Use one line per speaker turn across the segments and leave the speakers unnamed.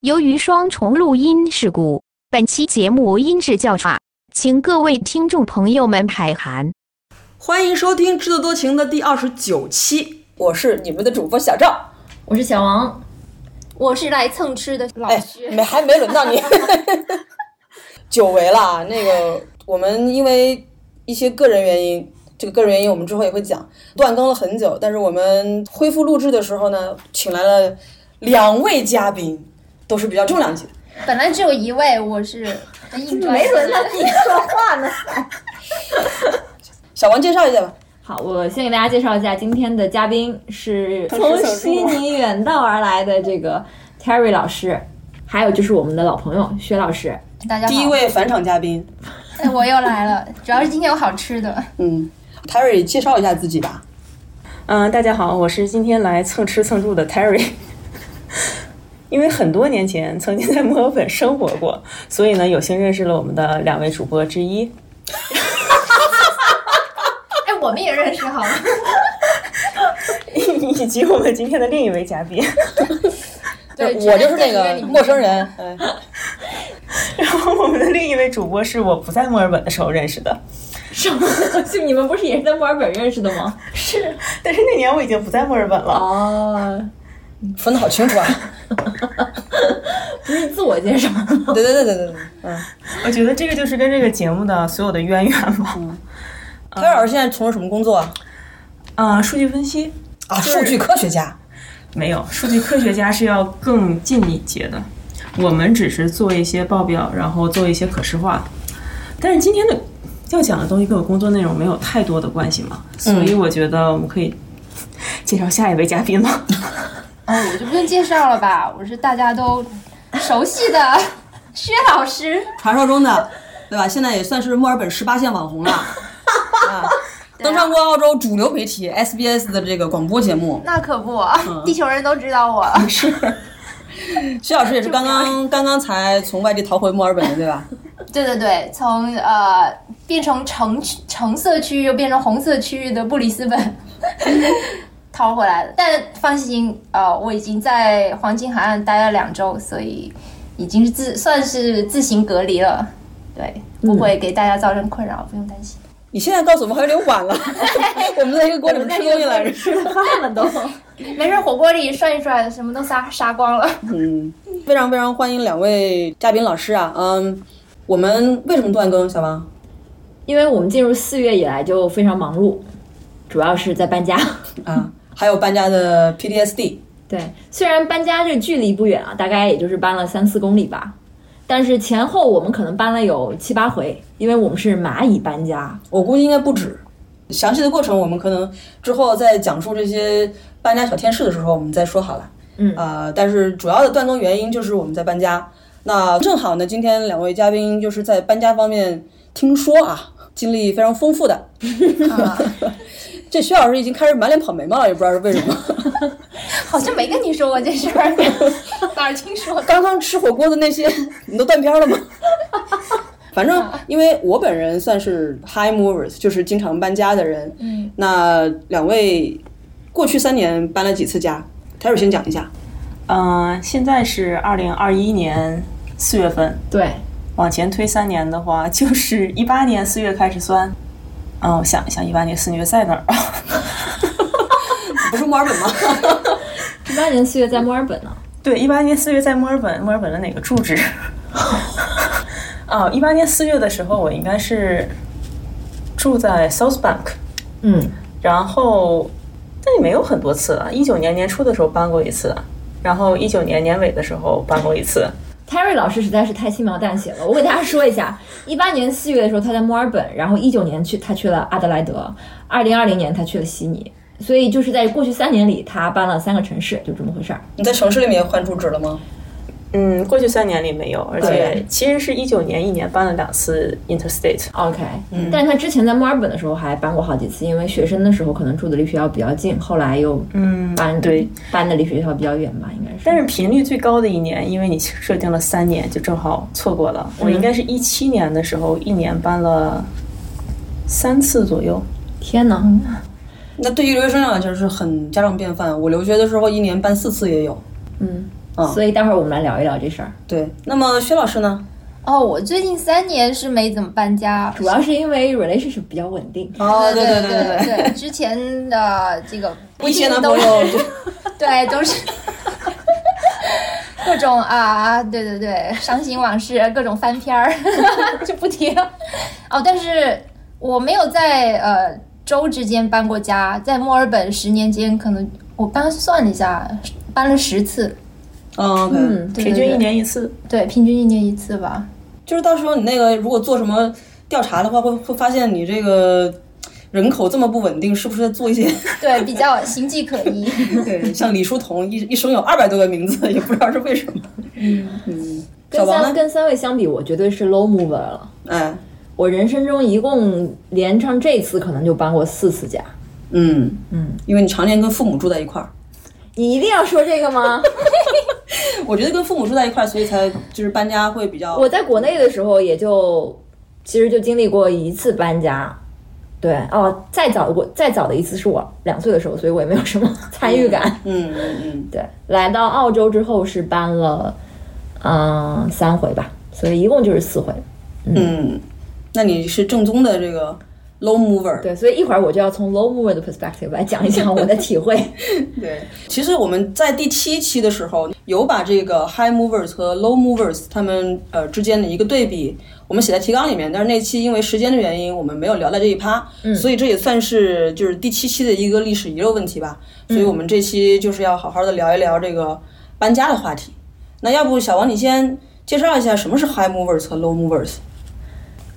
由于双重录音事故，本期节目音质较差，请各位听众朋友们海涵。
欢迎收听《知多多情》的第二十九期，我是你们的主播小赵。
我是小王，
我是来蹭吃的老
哎
薛，，
没还没轮 到你，久违了啊！那个我们因为一些个人原因，这个个人原因我们之后也会讲，断更了很久。但是我们恢复录制的时候呢，请来了两位嘉宾，都是比较重量级的。
本来只有一位，我 是硬拽
没轮到你说话呢。
小王介绍一下吧，
好，我先给大家介绍一下今天的嘉宾是
诚实
从
所述
悉尼远道而来的这个 Terry 老师，还有就是我们的老朋友薛老师。
大家好，
第一位返场嘉宾，
哎，我又来了，主要是今天有好 吃的，
嗯，泰瑞介绍一下自己吧。
嗯、大家好，我是今天来蹭吃蹭住的 Terry。因为很多年前曾经在墨尔本生活过，所以呢有幸认识了我们的两位主播之一。
哎，我们也认识好 了，
以及我们今天的另一位嘉宾，
对
嗯我就是那
只在电影院里
个
面
陌生人。哎
然后我们的另一位主播是我不在墨尔本的时候认识的，
什么？就你们 不是也是在墨尔本认识的吗？
但是那年我已经不在墨尔本了。
哦，
分的好清楚啊！
不是自我介绍 吗？
对对对对对对，嗯，
我觉得这个就是跟这个节目的所有的渊源吧。
泰瑞老师现在从事什么工作啊？
啊、数据分析
啊，数据科学家。
没有，数据科学家是要更近一截的。我们只是做一些报表，然后做一些可视化。但是今天的要讲的东西跟我工作内容没有太多的关系嘛，所以我觉得我们可以介绍下一位嘉宾了。
哦，我就不用介绍了吧，我是大家都熟悉的薛老师，
传说中的，对吧？现在也算是墨尔本十八线网 红了，啊，登上过澳洲主流媒体 SBS 的这个广播节目。
那可不，地球人都知道我，
薛老师也是刚刚 刚刚才从外地逃回墨尔本的，对吧？
对对对，从呃变成橙区橙色区域，又变成红色区域的布里斯本 逃回来了。但放心，呃，我已经在黄金海岸待了两周，所以已经是自算是自行隔离了。对，
嗯
不会给大家造成困扰，不用担心。
你现在告诉我们还有点 晚了，我们在一个锅里面吃东西来着。
吃了饭 了都。
没事，火锅里涮一涮，什么都杀杀光 了。
嗯，非常非常欢迎两位嘉宾老师啊，嗯，我们为什么断更？小王，
因为我们进入四月以来就非常忙碌，主要是在搬家。
啊，还有搬家的 PTSD，
对，虽然搬家这距离不远啊，大概也就是搬了三四公里吧，但是前后我们可能搬了有七八回，因为我们是蚂蚁搬家。
我估计应该不止。详细的过程，我们可能之后在讲述这些搬家小天使的时候，我们再说好了。
嗯
呃，但是主要的断更原因就是我们在搬家。那正好呢，今天两位嘉宾就是在搬家方面，听说啊，经历非常丰富的。 这薛老师已经开始满脸跑眉毛了，也不知道是为什么。
好像没跟你说过这事 儿，哪儿听说的？
刚刚吃火锅的那 些，你都断片 了吗？反正因为我本人算是 high movers，就是经常搬家的人。
嗯，
那两位过去三年搬了几次家？泰瑞先讲一下。
嗯、现在是二零二一年四月份，
对，
往前推三年的话，就是一八年四月开始算。嗯，我想一想，一八年四月在哪 儿？ 啊
不是墨尔本吗？
一八年四月在墨尔本呢、
对，一八年四月在墨尔本，墨尔本的哪个住址？ 哦，一八年四月的时候，我应该是住在 South Bank，
嗯，
然后但也没有很多次了。一九年年初的时候搬过一次，然后一九年年尾的时候搬过一次。
Terry 老师实在是太轻描淡写了，我给大家说一下，一八年四月的时候他在墨尔本，然后一九年去他去了阿德莱德，二零二零年他去了悉尼，所以就是在过去三年里他搬了三个城市，就这么回事儿。
你在城市里面换住址了吗？
嗯，过去三年里没有，而且
对
其实是一九年一年搬了两次 Interstate。
OK，、但
嗯
是他之前在墨尔本的时候还搬过好几次，因为学生的时候可能住的离学校比较近，后来又
嗯
搬、
对，
搬的离学校比较远吧，应该是。
但是频率最高的一年，因为你设定了三年，就正好错过了。
嗯
我应该是一七年的时候，一年搬了三次左右。
天哪，
那对于留学生来讲是很家常便饭。我留学的时候一年搬四次也有。
嗯，
嗯
所以待会儿我们来聊一聊这事儿，
对，那么薛老师呢？
哦，我最近三年是没怎么搬家，
主要是因为 relationship 比较稳定。
哦，
对
对
对
对对，
对，之前的这个
一些男
都
朋
是
友
对都是各种啊，对对对，伤心往事，各种翻篇儿 就不提了。哦，但是我没有在呃州之间搬过家，在墨尔本十年间，可能我搬算了一下，搬了十次，
嗯，OK，
嗯，
对
平均一，年一次。
对对对，平均一年一次吧。
就是到时候你那个如果做什么调查的话，会会发现你这个人口这么不稳定，是不是在做 一些
对，比较形迹可疑。
对，像李叔同一一生有二百多个名字，也不知道是为什么。嗯小
跟
王
三
呢？
跟三位相比，我绝对是 low mover 了。
哎，
我人生中一共连上这次可能就搬过四次家。
嗯
嗯，
因为你常年跟父母住在一块儿，
你一定要说这个吗？
我觉得跟父母住在一块儿，所以才就是搬家会比较。
我在国内的时候也就其实就经历过一次搬家。对哦，再早过再早的一次是我两岁的时候，所以我也没有什么 参与感。
嗯嗯嗯，
对，来到澳洲之后是搬了嗯三回吧，所以一共就是四回。
嗯，那你是正宗的这个 low mover。
对，所以一会儿我就要从 low mover 的 perspective 来讲一讲我的体会。
对，其实我们在第七期的时候有把这个 high movers 和 low movers 他们呃之间的一个对比，我们写在提纲里面。但是那期因为时间的原因，我们没有聊到这一趴，
嗯
所以这也算是就是第七期的一个历史遗留问题吧。
嗯
所以我们这期就是要好好的聊一聊这个搬家的话题。那要不小王你先介绍一下什么是 high movers 和 low movers？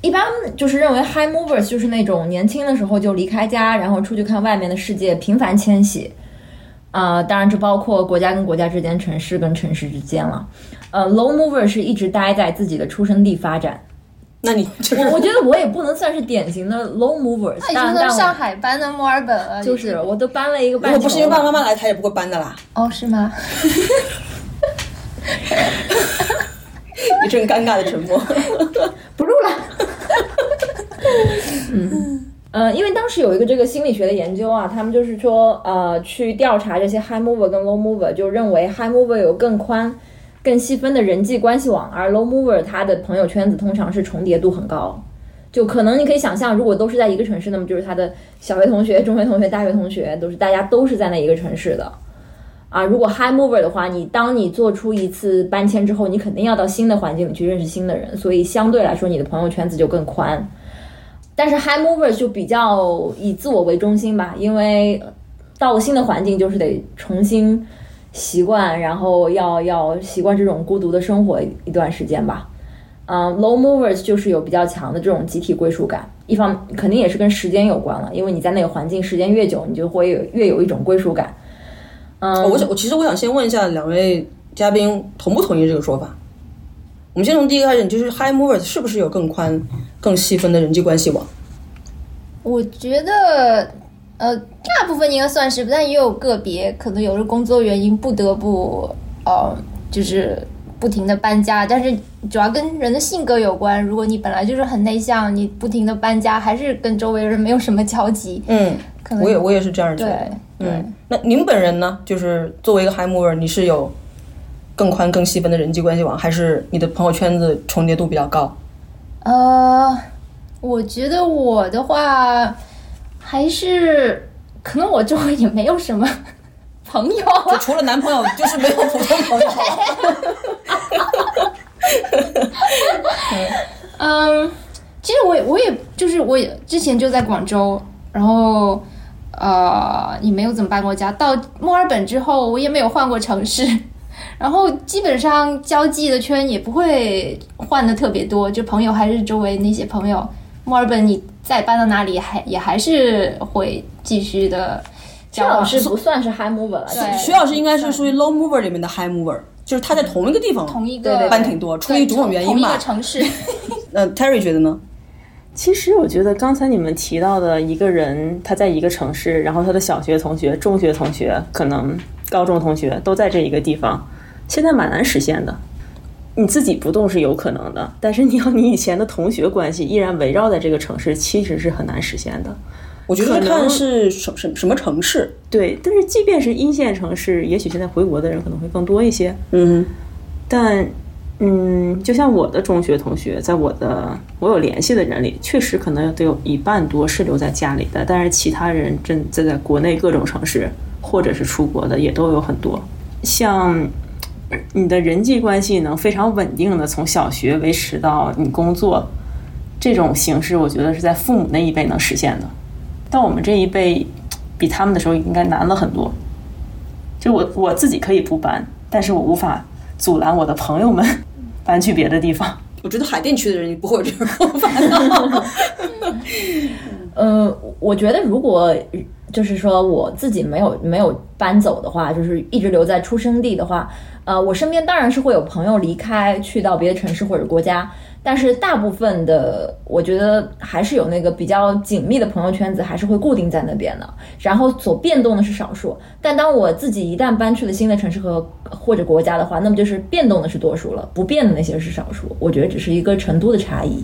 一般就是认为 high movers 就是那种年轻的时候就离开家，然后出去看外面的世界，频繁迁徙。啊、当然这包括国家跟国家之间、城市跟城市之间了。呃，low mover 是一直待在自己的出生地发展。
那你就是
我我觉得我也不能算是典型的 low movers，
那
但
你就
但
从上
我
海搬到墨尔本了，
就
已经
是我都搬了一个
如
半
果
球。
不是因为爸爸妈妈来，他也不会搬的啦。
哦，是吗？
一阵尴尬的沉默。
不录了。嗯，呃，因为当时有一个这个心理学的研究啊，他们就是说，呃，去调查这些 high mover 跟 low mover，就认为 high mover 有更宽、更细分的人际关系网，而 low mover 他的朋友圈子通常是重叠度很高。就可能你可以想象，如果都是在一个城市，那么就是他的小学同学、中学同学、大学同学都是大家都是在那一个城市的。啊，如果 high mover 的话，你当你做出一次搬迁之后，你肯定要到新的环境里去认识新的人，所以相对来说你的朋友圈子就更宽。但是 high mover 就比较以自我为中心吧，因为到了新的环境就是得重新习惯，然后要要习惯这种孤独的生活一段时间吧。嗯、l o w movers 就是有比较强的这种集体归属感，一方肯定也是跟时间有关了，因为你在那个环境时间越久，你就会有越有一种归属感。嗯，
哦啊我想，我其实我想先问一下两位嘉宾同不同意这个说法？我们先从第一个开始，就是 high movers 是不是有更宽、更细分的人际关系网？
我觉得，呃，大部分应该算是，但也有个别可能有的工作原因不得不，呃，就是不停的搬家，但是主要跟人的性格有关。如果你本来就是很内向，你不停的搬家，还是跟周围人没有什么交集，
嗯，
可能
我也我也是这样觉
对
得。
对、
嗯，那您本人呢？就是作为一个 high mover，你是有更宽、更细分的人际关系网，还是你的朋友圈子重叠度比较高？
呃，我觉得我的话还是可能我周围也没有什么 朋友 啊，
就除了男朋友，就是没有普通朋 友。
嗯，其实我也我也就是我也之前就在广州，然后呃也没有怎么搬过家。到墨尔本之后，我也没有换过城市，然后基本上交际的圈也不会换的特别多，就朋友还是周围那些朋友。墨尔本你再搬到哪里还也还是会继续的
薛
交
老
往。
师不算是 high mover 了，
对
徐老师应该是属于 low mover 里面的 high mover，就是他在同一个地方
同一个
搬挺多，出于
对
种种原
同
因
一个
吧。
城市，
那 Terry 觉得呢？
其实我觉得刚才你们提到的一个人，他在一个城市，然后他的小学同学、中学同学，可能高中同学都在这一个地方，现在蛮难实现的。你自己不动是有可能的，但是你要你以前的同学关系依然围绕在这个城市，其实是很难实现的。
我觉得
可能
看是什什什么城市，
对，但是即便是一线城市，也许现在回国的人可能会更多一些。
嗯
但嗯，就像我的中学同学，在我的我有联系的人里，确实可能得有一半多是留在家里的，但是其他人正在在国内各种城市或者是出国的也都有很多。像你的人际关系能非常稳定的从小学维持到你工作，这种形式，我觉得是在父母那一辈能实现的，但我们这一辈比他们的时候应该难了很多。就我我自己可以不搬，但是我无法阻拦我的朋友们 搬去别的地方。
我觉得海淀区的人不会有这种烦恼。
呃，我觉得如果就是说我自己没有没有搬走的话，就是一直留在出生地的话，呃，我身边当然是会有朋友离开去到别的城市或者国家，但是大部分的我觉得还是有那个比较紧密的朋友圈子，还是会固定在那边的。然后所变动的是少数，但当我自己一旦搬去了新的城市和或者国家的话，那么就是变动的是多数了，不变的那些是少数。我觉得只是一个程度的差异。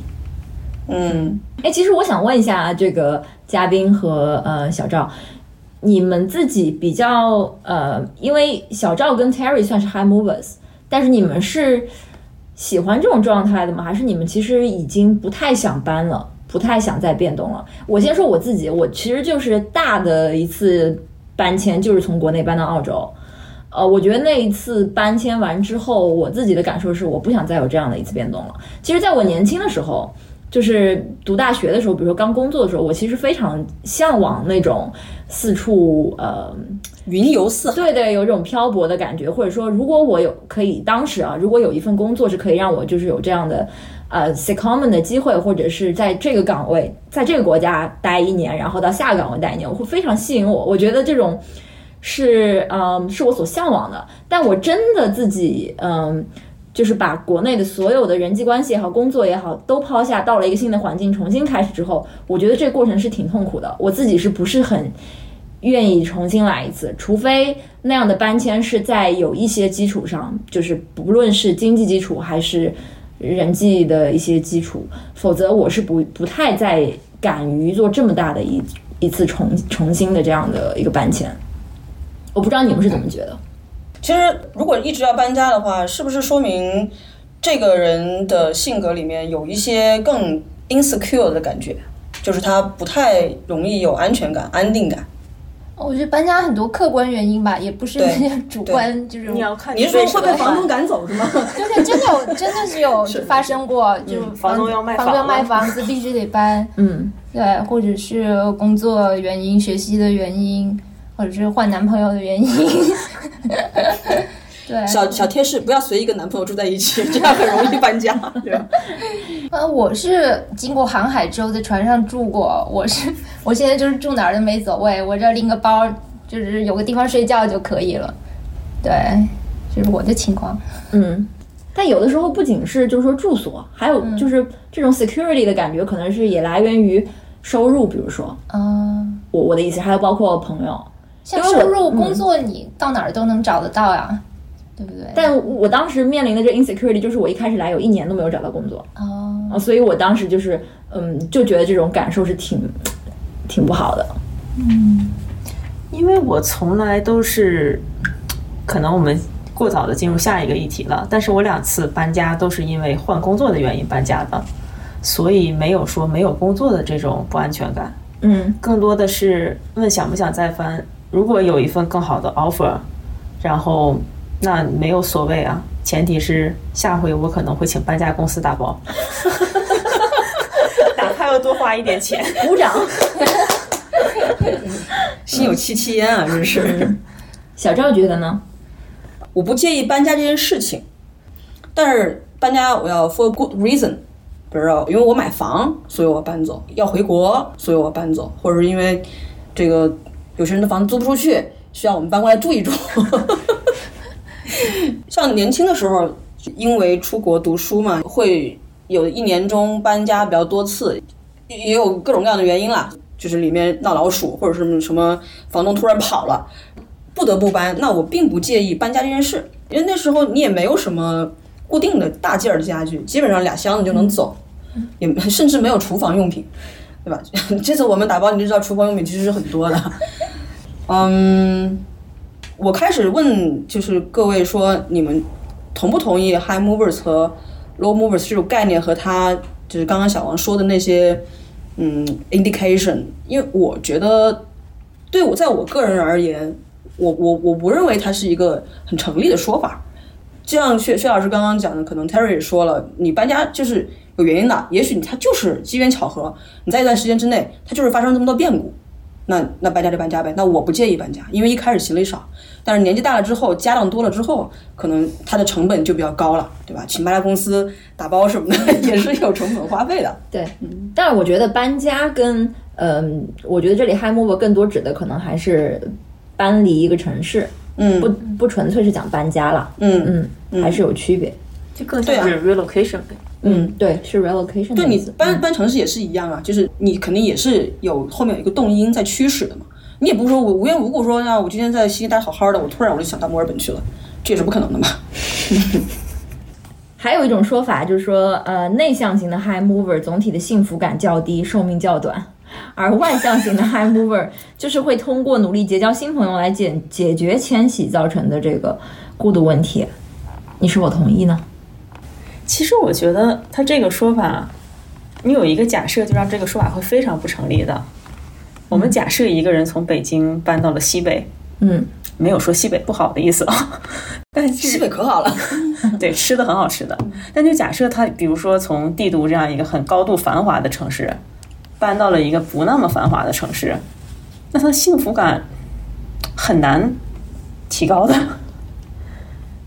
嗯，
哎，其实我想问一下啊这个嘉宾和呃小赵，你们自己比较呃，因为小赵跟 Terry 算是 high movers，但是你们是喜欢这种状态的吗？还是你们其实已经不太想搬了，不太想再变动了？我先说我自己，我其实就是大的一次搬迁，就是从国内搬到澳洲。呃，我觉得那一次搬迁完之后，我自己的感受是，我不想再有这样的一次变动了。其实，在我年轻的时候，就是读大学的时候，比如说刚工作的时候，我其实非常向往那种四处呃，
云游四海，
对对，有一种漂泊的感觉，或者说，如果我有可以当时啊，如果有一份工作是可以让我就是有这样的呃 s e c o m m e n 的机会，或者是在这个岗位，在这个国家待一年，然后到下个岗位待一年，我会非常吸引我。我觉得这种是嗯，是我所向往的。但我真的自己嗯，就是把国内的所有的人际关系也好，工作也好，都抛下，到了一个新的环境重新开始之后，我觉得这个过程是挺痛苦的。我自己是不是很愿意重新来一次？除非那样的搬迁是在有一些基础上，就是不论是经济基础还是人际的一些基础，否则我是不不太再敢于做这么大的一一次重重新的这样的一个搬迁。我不知道你们是怎么觉得？
其实，如果一直要搬家的话，是不是说明这个人的性格里面有一些更 insecure 的感觉，就是他不太容易有安全感、安定感？
我觉得搬家很多客观原因吧，也不是
对
主观，就是
看
你是说啊会被房东赶走是吗？
就是真的有真的是有发生过，就
嗯房东要卖
房东要
房
卖
了
房子必须得搬，
嗯。
对，或者是工作原因、学习的原因，或者是换男朋友的原因， 对，
小小贴士，不要随意跟男朋友住在一起，这样很容易搬家。对，
呃，我是经过航海之后在船上住过，我是我现在就是住哪儿都没所谓，我这拎个包，就是有个地方睡觉就可以了。对，这是我的情况。
嗯，但有的时候不仅是就是说住所，还有就是这种 security 的感觉，可能是也来源于收入，比如说
嗯，
我我的意思，还有包括朋友。
像
因为我
收入、
嗯
工作，你到哪儿都能找得到呀，对不对？
但我当时面临的这 insecurity 就是我一开始来有一年都没有找到工作，
哦，
啊，所以我当时就是嗯就觉得这种感受是挺挺不好的。
因为我从来都是，可能我们过早的进入下一个议题了，但是我两次搬家都是因为换工作的原因搬家的，所以没有说没有工作的这种不安全感，
嗯
更多的是问想不想再翻。如果有一份更好的 offer，然后那没有所谓啊，前提是下回我可能会请搬家公司打 包，哪怕要多花一点钱。
鼓掌。
心有戚戚焉啊，真是。
小赵觉得呢？
我不介意搬家这件事情，但是搬家我要 for good reason，比如说因为我买房，所以我搬走；要回国，所以我搬走；或者是因为这个有些人的房子租不出去，需要我们搬过来住一 住。像年轻的时候，因为出国读书嘛，会有一年中搬家比较多次，也也有各种各样的原因啦，就是里面闹老鼠，或者是什么房东突然跑了，不得不搬，那我并不介意搬家这件事，因为那时候你也没有什么固定的大件儿的家具，基本上俩箱子就能走，也甚至没有厨房用品。对吧？ 这次我们打包，你就知道厨房用品其实是很多的。嗯，我开始问就是各位说，你们同不同意 high movers 和 low movers 这种概念和他就是刚刚小王说的那些嗯 indication？因为我觉得对我在我个人而言，我我我不认为它是一个很成立的说法。就像薛薛老师刚刚讲的，可能 Terry 也说了，你搬家就是有原因的，也许你它就是机缘巧合，你在一段时间之内，它就是发生这么多变故，那那搬家就搬家呗。那我不介意搬家，因为一开始行李少，但是年纪大了之后，家当多了之后，可能它的成本就比较高了，对吧？请搬家公司打包什么的 也是有成本花费的。
对，但是我觉得搬家跟嗯、我觉得这里 high move 更多指的可能还是搬离一个城市，不
嗯
不纯粹是讲搬家了，
嗯，
嗯，还是有区别。
就更像是 relocation 呗。
嗯，对，是 relocation
对
的意
你
思。
搬搬城市也是一样啊，就是你肯定也是有后面有一个动因在驱使的嘛。你也不是说我无缘无故说啊，我今天在悉尼待好好的，我突然我就想到墨尔本去了，这也是不可能的嘛。
还有一种说法就是说，呃，内向型的 high mover 总体的幸福感较低，寿命较短，而外向型的 high mover 就是会通过努力结交新朋友来解解决迁徙造成的这个孤独问题。你是否同意呢？
其实我觉得他这个说法，你有一个假设，就让这个说法会非常不成立的。我们假设一个人从北京搬到了西北，
嗯，
没有说西北不好的意思啊，但
西
是
北可好了，
对吃的很好吃的，但就假设他，比如说从帝都这样一个很高度繁华的城市，搬到了一个不那么繁华的城市，那他的幸福感很难提高的。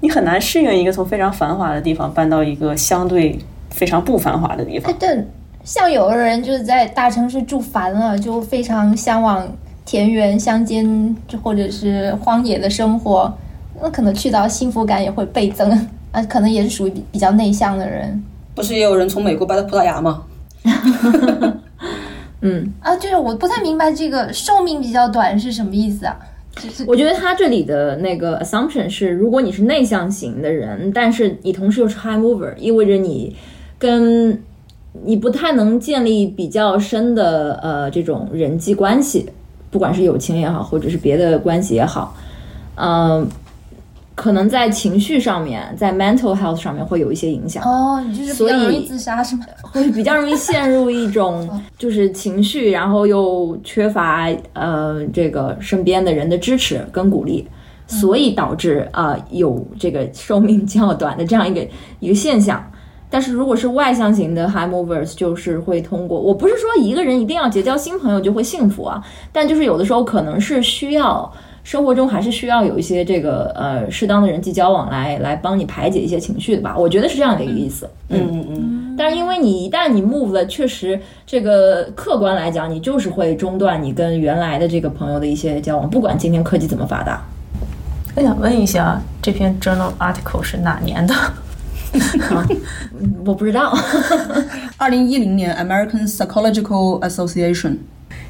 你很难适应一个从非常繁华的地方搬到一个相对非常不繁华的地方
哎，。对，像有的人就是在大城市住烦了，就非常向往田园、乡间或者是荒野的生活，那可能去到幸福感也会倍增啊，可能也是属于比比较内向的人
不是也有人从美国搬到葡萄牙吗？
啊。就是我不太明白这个寿命比较短是什么意思啊？就是
我觉得他这里的那个 assumption 是，如果你是内向型的人，但是你同时又是 high mover，意味着你跟你不太能建立比较深的呃这种人际关系，不管是友情也好，或者是别的关系也好，嗯、可能在情绪上面，在 mental health 上面会有一些影响。
哦，你就是比
所以
较容易自杀是吗？
会 比较容易陷入一种就是情绪，然后又缺乏呃这个身边的人的支持跟鼓励，所以导致啊、呃有这个寿命较短的这样一个一个现象。但是如果是外向型的 high movers，就是会通过，我不是说一个人一定要结交新朋友就会幸福啊，但就是有的时候可能是需要生活中还是需要有一些这个呃适当的人际交往来来帮你排解一些情绪的吧，我觉得是这样的一个意思。
嗯嗯
但是因为你一旦你 move 了，确实这个客观来讲，你就是会中断你跟原来的这个朋友的一些交往，不管今天科技怎么发达。
哎我想问一下，这篇 journal article 是哪年的？
我不知道，
嗯。二零一零年 American Psychological Association，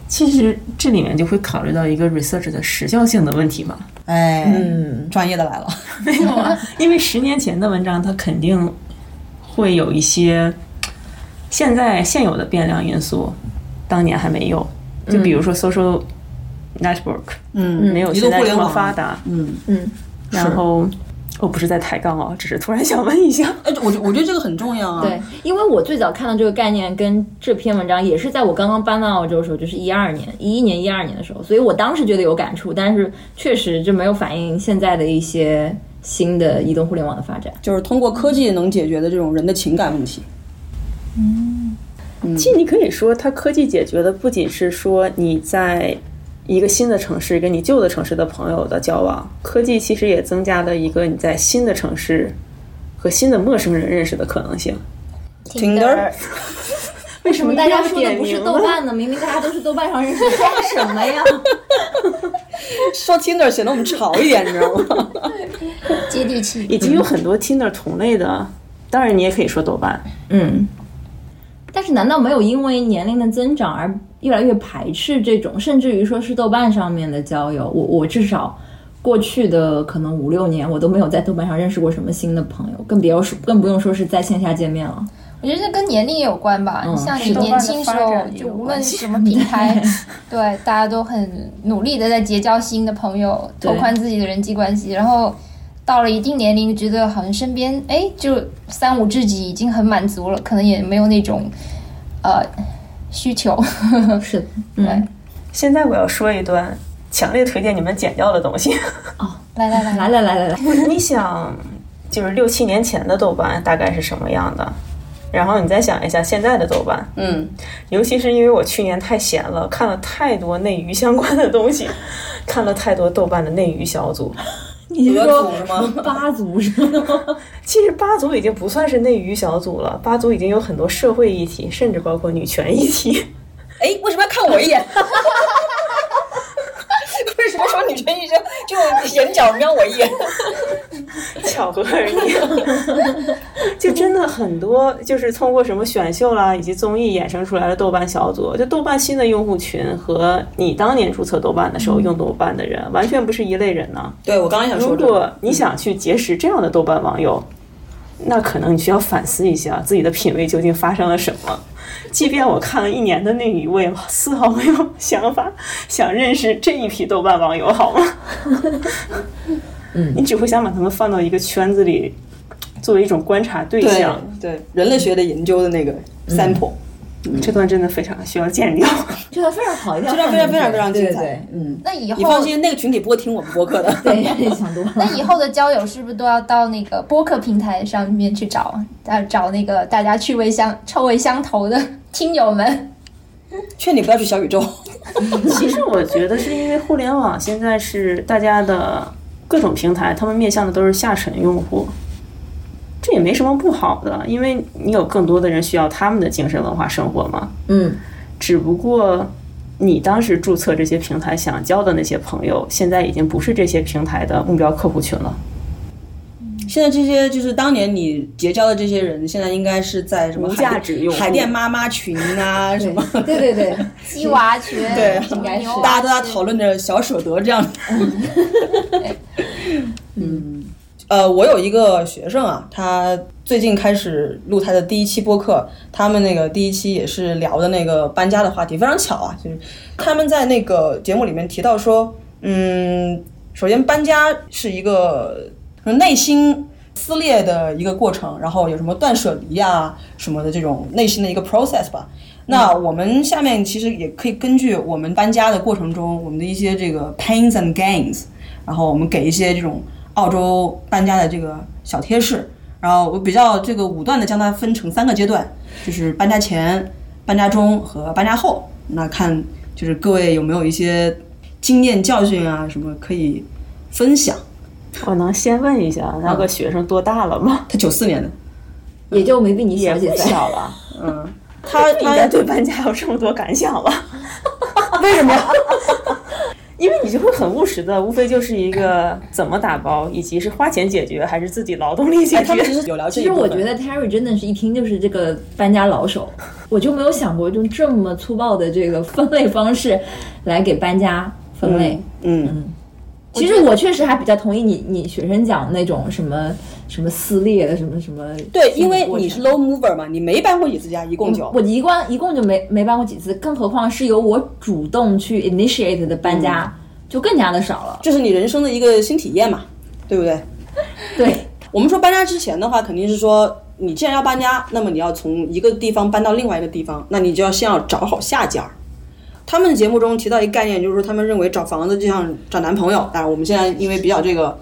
其实这里面就会考虑到一个 research 的时效性的问题嘛，
哎，嗯，专业的来了。
没有啊，因为十年前的文章它肯定会有一些现在现有的变量因素，当年还没有，就比如说 social network，
嗯
没有
移动
现在
互
这
联
么
网
发达，
嗯，
然后。我不是在抬杠哦，只是突然想问一下，
哎，我觉我觉得这个很重要啊。
对，因为我最早看到这个概念跟这篇文章也是在我刚刚搬到澳洲的时候，就是一二年、一一年、一二年的时候，所以我当时觉得有感触，但是确实就没有反映现在的一些新的移动互联网的发展。
就是通过科技能解决的这种人的情感问题。
其实你可以说，它科技解决的不仅是说你在一个新的城市跟你旧的城市的朋友的交往，科技其实也增加了一个你在新的城市和新的陌生人认识的可能性。
Tinder
为什么
么
大
大
家
家
说
说
的
的
不
不
是
是
豆
豆
瓣呢？明明大家都是豆瓣 上认识，干什么呀？
说 Tinder 显得我们潮一点，你知道 吗？
接地气。
已经有很多 Tinder 同类的，当然你也可以说豆瓣。
嗯，但是难道没有因为年龄的增长而越来越排斥这种，甚至于说是豆瓣上面的交友？我我至少过去的可能五六年，我都没有在豆瓣上认识过什么新的朋友，更别要说更不用说是在线下见面了。
我觉得这跟年龄也有关吧。
嗯
像你
是豆瓣
年
的
轻时
发
候
展，也
就
有
无
关
论
系
什么平台，对大家都很努力的在结交新的朋友，
对
拓宽自己的人际关系。然后到了一定年龄，觉得好像身边哎，就三五知己已经很满足了，可能也没有那种呃需 求。
是的，
对，
嗯，
现在我要说一段强烈推荐你们剪掉的 东西。
来来来，
来来来来来，
你想，就是六七年前的豆瓣大概是什么样的？然后你再想一下现在的豆瓣，
嗯，
尤其是因为我去年太闲了，看了太多内娱相关的东西，看了太多豆瓣的内娱小组。
你是
俄
说
族吗
八族是吗？
其实八组已经不算是内娱小组了，八组已经有很多社会议题，甚至包括女权议题。
哎，为什么要看我一眼？ 为什么说女权医生就眼角瞄我一眼？
巧合而已。就真的很多，就是通过什么选秀啊啦，以及综艺衍生出来的豆瓣小组，就豆瓣新的用户群和你当年注册豆瓣的时候用豆瓣的人，完全不是一类人呢、
对我刚刚想
如
说这
果
个，
你想去结识这样的豆瓣网友，那可能你需要反思一下自己的品味究竟发生了什么。即便我看了一年的内娱，我也丝毫没有想法想认识这一批豆瓣网友，好吗？ 嗯，你只会想把他们放到一个圈子里，作为一种观察对
对
象。
对人类学的研究的那个 sample，
这段真的非常需要剪掉。
这段非常好，一定要
这段非常非常非常
放进
精
去
彩。嗯，
那以后
你放心，那个群体不会听我们播客的。
对对对，想多了。
那以后的交友是不是都要到那个播客平台上面去找，啊，找那个大家趣味相臭味相投的听友们？
劝你不要去小 宇宙。
其实我觉得是因为互联网现在是大家的各种平台，他们面向的都是下沉用户，这也没什么不好的，因为你有更多的人需要他们的精神文化生活嘛。
嗯，
只不过你当时注册这些平台想交的那些朋友，现在已经不是这些平台的目标客户群了。
现在这些就是当年你结交的这些人，现在应该是在什么海
无价值用户
海淀妈妈群啊什么。
对对对对，
鸡娃群，
对
什么
应该是
牛
大家
娃
都在
群
讨论着小舍得这样的。嗯，呃，我有一个学生啊，他最近开始录他的第一期播客，他们那个第一期也是聊的那个搬家的话题，非常巧啊，就是他们在那个节目里面提到说，嗯，首先搬家是一个内心。撕裂的一个过程，然后有什么断舍离啊什么的这种内心的一个 process 吧。那我们下面其实也可以根据我们搬家的过程中，我们的一些这个 pains and gains，然后我们给一些这种澳洲搬家的这个小贴士。然后我比较这个武断的将它分成三个阶段，就是搬家前、搬家中和搬家后。那看就是各位有没有一些经验教训啊什么可以分享。
我能先问一下，那个学生多大 了吗？
他九四年的，
也就没比你
也
小
不
姐在。
小了，
嗯，他
应该
他
对搬家有这么多感想了。 为什么？因为你就会很务实的，无非就是一个怎么打包，以及是花钱解决还是自己劳动力解
哎，他们
决。
其实有聊这一
其实
部
我
分。
觉得 Terry 真的是一听就是这个搬家老手，我就没有想过用这么粗暴的这个分类方式来给搬家分类。
嗯，
其实我确实还比较同意你你学生讲那种什么什么撕裂的什么什么心理过程。
对，因为你是 low mover 嘛，你没搬过几次家，一共就
我一共一共就没没搬过几次，更何况是由我主动去 initiate 的搬
嗯
家，就更加的少了。
这是你人生的一个新体验嘛，对不对？
对，
我们说搬家之前的话，肯定是说你既然要搬家，那么你要从一个地方搬到另外一个地方，那你就要先要找好下家。他们节目中提到一个概念，就是说他们认为找房子就像找男朋友。当然，我们现在因为比较这个，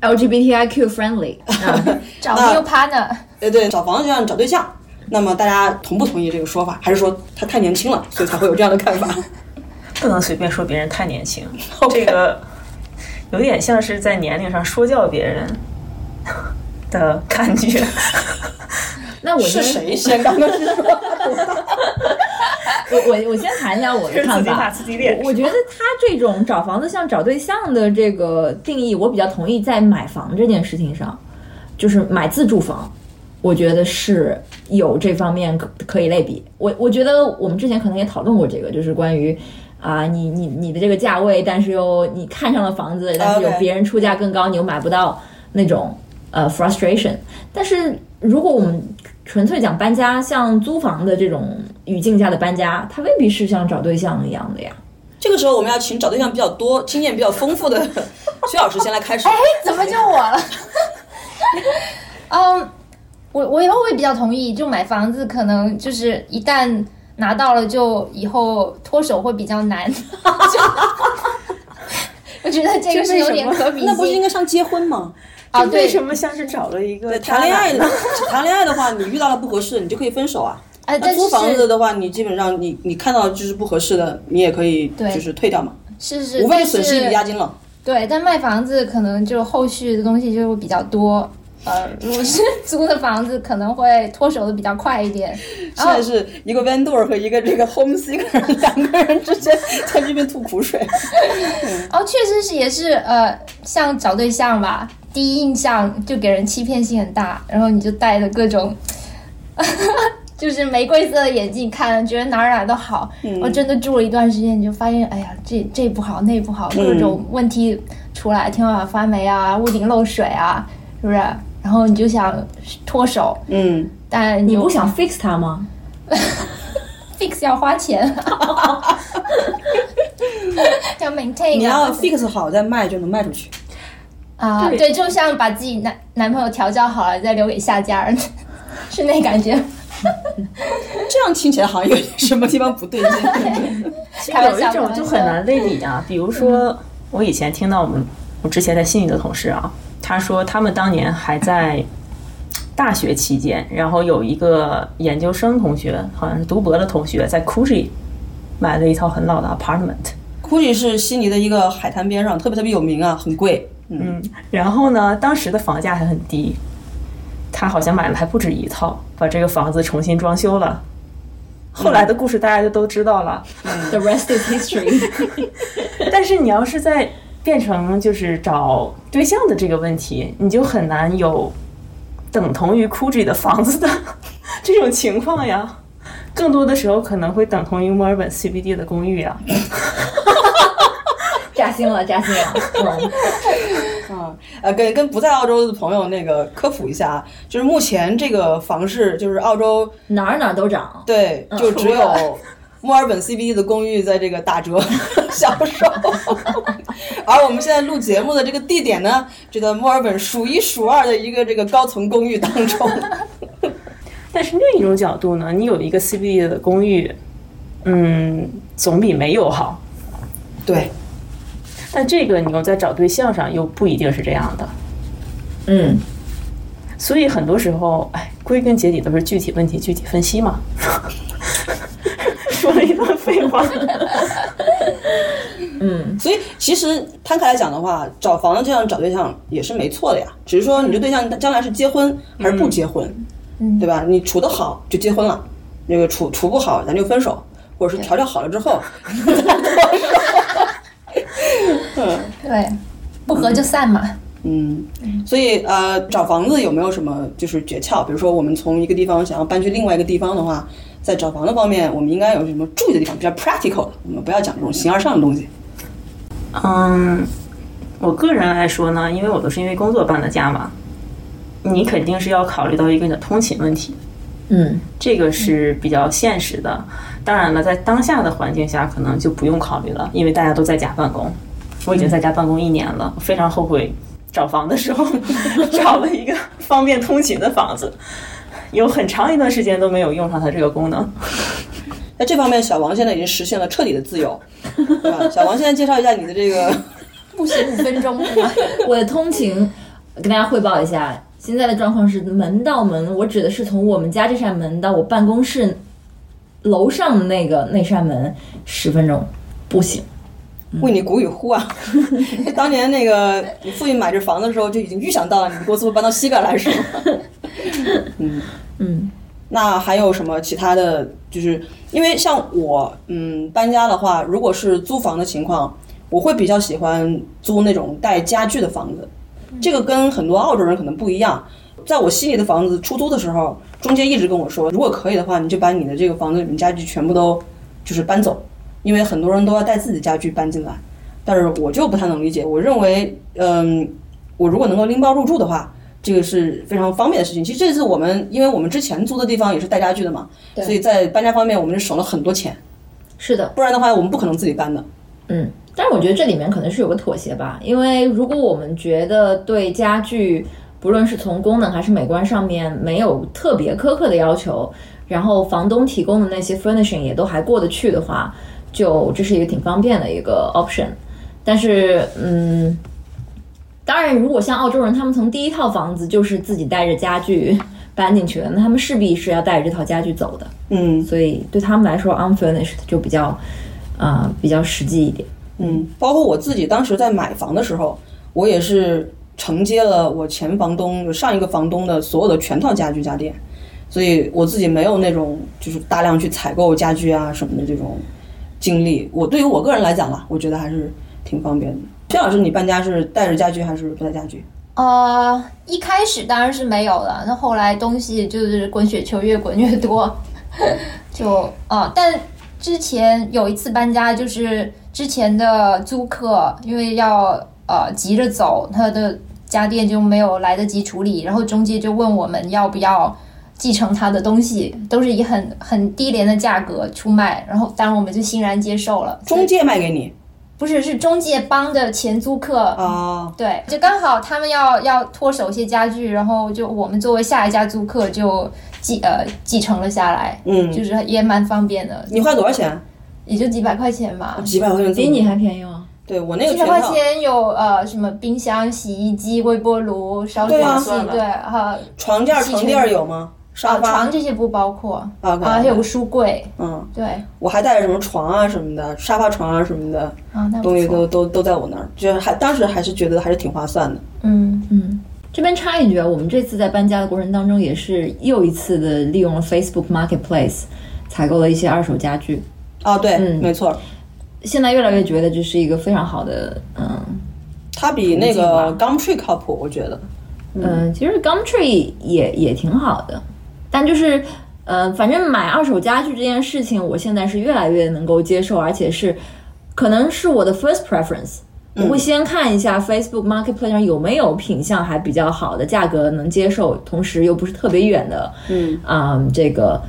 LGBTIQ friendly 啊，
找
那
new partner，
呃，对，找房子就像找对象。那么大家同不同意这个说法？还是说他太年轻了，所以才会有这样的看法？
不能随便说别人太年 轻，这个有点像是在年龄上说教别人的感 觉。
那 我
是
先
谁 先？刚刚是说
我我我先谈一下我的看
自己打
法。
自己脸
我我觉得他这种找房子像找对象的这个定义，我比较同意在买房这件事情上，就是买自住房，我觉得是有这方面可可以类比。我我觉得我们之前可能也讨论过这个，就是关于。啊，你你你的这个价位，但是又你看上了房子，但是有
OK
别人出价更高，你又买不到那种呃 frustration。但是如果我们纯粹讲搬家，像租房的这种语境下的搬家，它未必是像找对象一样的呀。
这个时候我们要请找对象比较多、经验比较丰富的 薛老师先来开始。哎，
怎么就 我了？嗯，我我以后会比较同意，就买房子可能就是一旦拿到了，就以后脱手会比较难。 就我觉得这个是有点可比 性，
那不是应该上结婚吗？
啊？
为
对
什么像是找了一个
呃谈恋
渣男
爱的，谈恋爱的话，你遇到了不合适，你就可以分手啊。
哎，
那
但
租房子
是
的话，你基本上你你看到就是不合适的，你也可以
对
就是退掉嘛，
是是，
无非
但
就哦损失一笔
是
押金了。
对，但卖房子可能就后续的东西就会比较多。呃，如果是租的房子，可能会脱手的比较快一 点。
现在是一个 vendor 和一个这个 home seeker 两个人之间在那边吐苦 水。
哦，确实是也是呃，像找对象吧，第一印象就给人欺骗性很大，然后你就戴着各种， 就是玫瑰色的眼镜看，觉得哪儿哪儿都好。
嗯
我真的住了一段时间，你就发现，哎呀，这这不好，那不好，各种问题出来，天花板发霉啊，屋顶漏水啊，是不是？然后你就想脱手，
嗯，
但
你
又
不想 fix 它吗？
fix 要花 钱， 要 maintain，
你
啊
要 fix 好再卖就能卖出去。
啊，
对
对，就像把自己男男朋友调教好了，再留给下家人， 是那感觉。
这样听起来好像有点什么地方不对 劲。
其实有一种就很难类比啊，比如说我以前听到我们我之前在悉尼的同事啊，他说他们当年还在大学期间，然后有一个研究生同学，好像是读博的同学，在 Coogee 买了一套很老的 apartment，
估计是悉尼的一个海滩边上，特别特别有名啊，很贵。嗯，
然后呢，当时的房价还很低，他好像买了还不止一套，把这个房子重新装修了。后来的故事大家就都知道了，
The rest is history。
但是你要是在变成就是找对象的这个问题，你就很难有等同于 Coogee 的房子的 这种情况呀。更多的时候可能会等同于墨尔本 CBD 的公寓啊呀。
扎心了，扎心了。嗯，
呃，跟跟不在澳洲的朋友那个科普一下啊，就是目前这个房市，就是澳洲
哪儿哪儿都涨。
对，就只有墨尔本 CBD 的公寓在这个打折 销售， 而我们现在录节目的这个地点呢，就在墨尔本数一数二的一个这个高层公寓当中。
但是另一种角度呢，你有一个 CBD 的公寓，嗯，总比没有好。
对，
但这个你又在找对象上又不一定是这样的，
嗯，
所以很多时候，哎，归根结底都是具体问题具体分析嘛。 说了一段废话。
所以其实摊开来讲的话，找房子就像找对象也是没错的呀，只是说你这对象将来是结婚还是不结婚，对吧？你处得好就结婚了，那个处处不好咱就分手，或者是调教好了之后，
对，不合就散嘛。
嗯，所以呃，找房子有没有什么就是诀窍？比如说，我们从一个地方想要搬去另外一个地方的话，在找房的方面，我们应该有什么注意的地方？比较 practical，的我们不要讲这种形而上的东西。
嗯，我个人来说呢，因为我都是因为工作搬的家嘛，你肯定是要考虑到一个你的通勤问题，
嗯，
这个是比较现实的。当然了，在当下的环境下，可能就不用考虑了，因为大家都在家办公。我已经在家办公一年了，我非常后悔找房的时候找了一个方便通勤的房子，有很长一段时间都没有用上它这个功能。
在这方面，小王现在已经实现了彻底的自由，对吧？小王现在介绍一下你的这个，
步行五分钟是吗？
我的通勤跟大家汇报一下，现在的状况是门到门，我指的是从我们家这扇门到我办公室楼上的那个那扇门，十分钟步行。
为你鼓与呼啊！ 当年那个你父亲买这房子的时候，就已经预想到了你们公司会搬到西边来，是吗？
嗯，
那还有什么其他的？就是因为像我，嗯，搬家的话，如果是租房的情况，我会比较喜欢租那种带家具的房子。这个跟很多澳洲人可能不一样。在我悉尼的房子出租的时候，中介一直跟我说，如果可以的话，你就把你的这个房子里面家具全部都就是搬走，因为很多人都要带自己家具搬进来。但是我就不太能理解，我认为，嗯，我如果能够拎包入住的话，这个是非常方便的事情。其实这次我们，因为我们之前租的地方也是带家具的嘛，所以在搬家方面我们就省了很多钱。
是的，
不然的话，我们不可能自己搬的。
嗯，但是我觉得这里面可能是有个妥协吧，因为如果我们觉得对家具，不论是从功能还是美观上面没有特别苛刻的要求，然后房东提供的那些 furnishing 也都还过得去的话，就这是一个挺方便的一个 option。但是，嗯，当然，如果像澳洲人，他们从第一套房子就是自己带着家具搬进去的，那他们势必是要带着这套家具走的，
嗯
所以对他们来说，unfurnished 就比较，啊、比较实际一点。
嗯，包括我自己当时在买房的时候，我也是承接了我前房东、就上一个房东的所有的全套家具家电，所以我自己没有那种就是大量去采购家具啊什么的这种经历。我对于我个人来讲啦，我觉得还是挺方便的。薛老师，你搬家是带着家具还是不带家具？
呃，一开始当然是没有了，那后来东西就是滚雪球，越滚越多， 就啊、呃但之前有一次搬家，就是之前的租客因为要呃急着走，他的家电就没有来得及处理，然后中介就问我们要不要继承他的东西，都是以很很低廉的价格出卖，然后当然我们就欣然接受了。
中介卖给你
不是是中介帮的前租客
啊？
对，就刚好他们要要脱手一些家具，然后就我们作为下一家租客就继呃继承了下来，
嗯，
就是也蛮方便的，
你花多少钱？
也就几百块钱吧。
几百块钱？
比你还便宜吗？
对我那个
几
全
百块
套，
钱有呃什么冰箱、洗衣机、微波炉、烧水
对啊
器，对，哈、
床垫、床垫有吗？沙
啊
发
床这些不包括
啊
啊，
，OK，
还有个书柜，
嗯，
对
我还带着什么床啊什么的，沙发床啊什么的
啊，那
东
不
西
错，
都都都在我那儿，就是还当时还是觉得还是挺划算的。
嗯，
这边插一句啊，我们这次在搬家的过程当中，也是又一次的利用了 Facebook Marketplace 采购了一些二手家具。
啊，对，
嗯
没错，
现在越来越觉得这是一个非常好的，嗯
它比那个 Gumtree 靠谱，我觉得。
嗯、其实 Gumtree 也也挺好的，但就是。呃，反正买二手家具这件事情，我现在是越来越能够接受，而且是可能是我的 first preference。我会先看一下
嗯
Facebook Marketplace 上有没有品相还比较好的价格能接受，同时又不是特别远的，
嗯
嗯，这个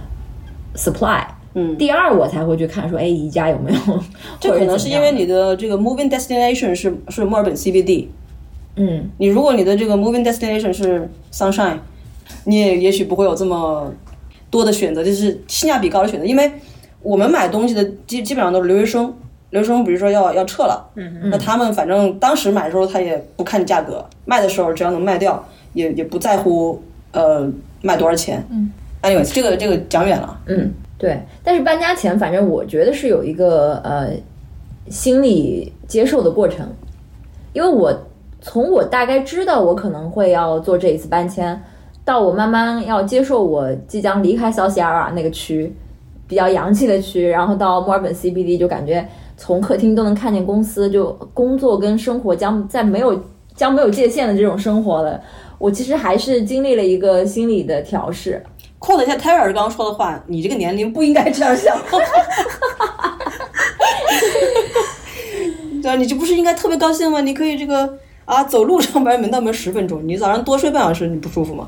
supply。
嗯
第二我才会去看说，哎，宜家有没有？
这
或者
可能是因为你的这个 moving destination 是是墨尔本 CBD，
怎么样，嗯，
你如果你的这个 moving destination 是 Sunshine，你也也许不会有这么多的选择，就是性价比高的选择。因为我们买东西的基基本上都是留学生，留学生比如说要要撤了，嗯，那他们反正当时买的时候他也不看价格，卖的时候只要能卖掉，也也不在乎呃卖多少钱。嗯，anyways，这个这个讲远了，
嗯，对。但是搬家前，反正我觉得是有一个呃心理接受的过程，因为我从我大概知道我可能会要做这一次搬迁，到我慢慢要接受我即将离开小西尔瓦那个区比较洋气的区，然后到墨尔本 CBD 就感觉从客厅都能看见公司，就工作跟生活将在没有将没有界限的这种生活了。我其实还是经历了一个心理的调试，
扣了一下 t e r r 刚刚说的话，你这个年龄不应该这样想。对啊，你这不是应该特别高兴吗？你可以这个啊，走路上班门到门十分钟，你早上多睡半小时，你不舒服吗？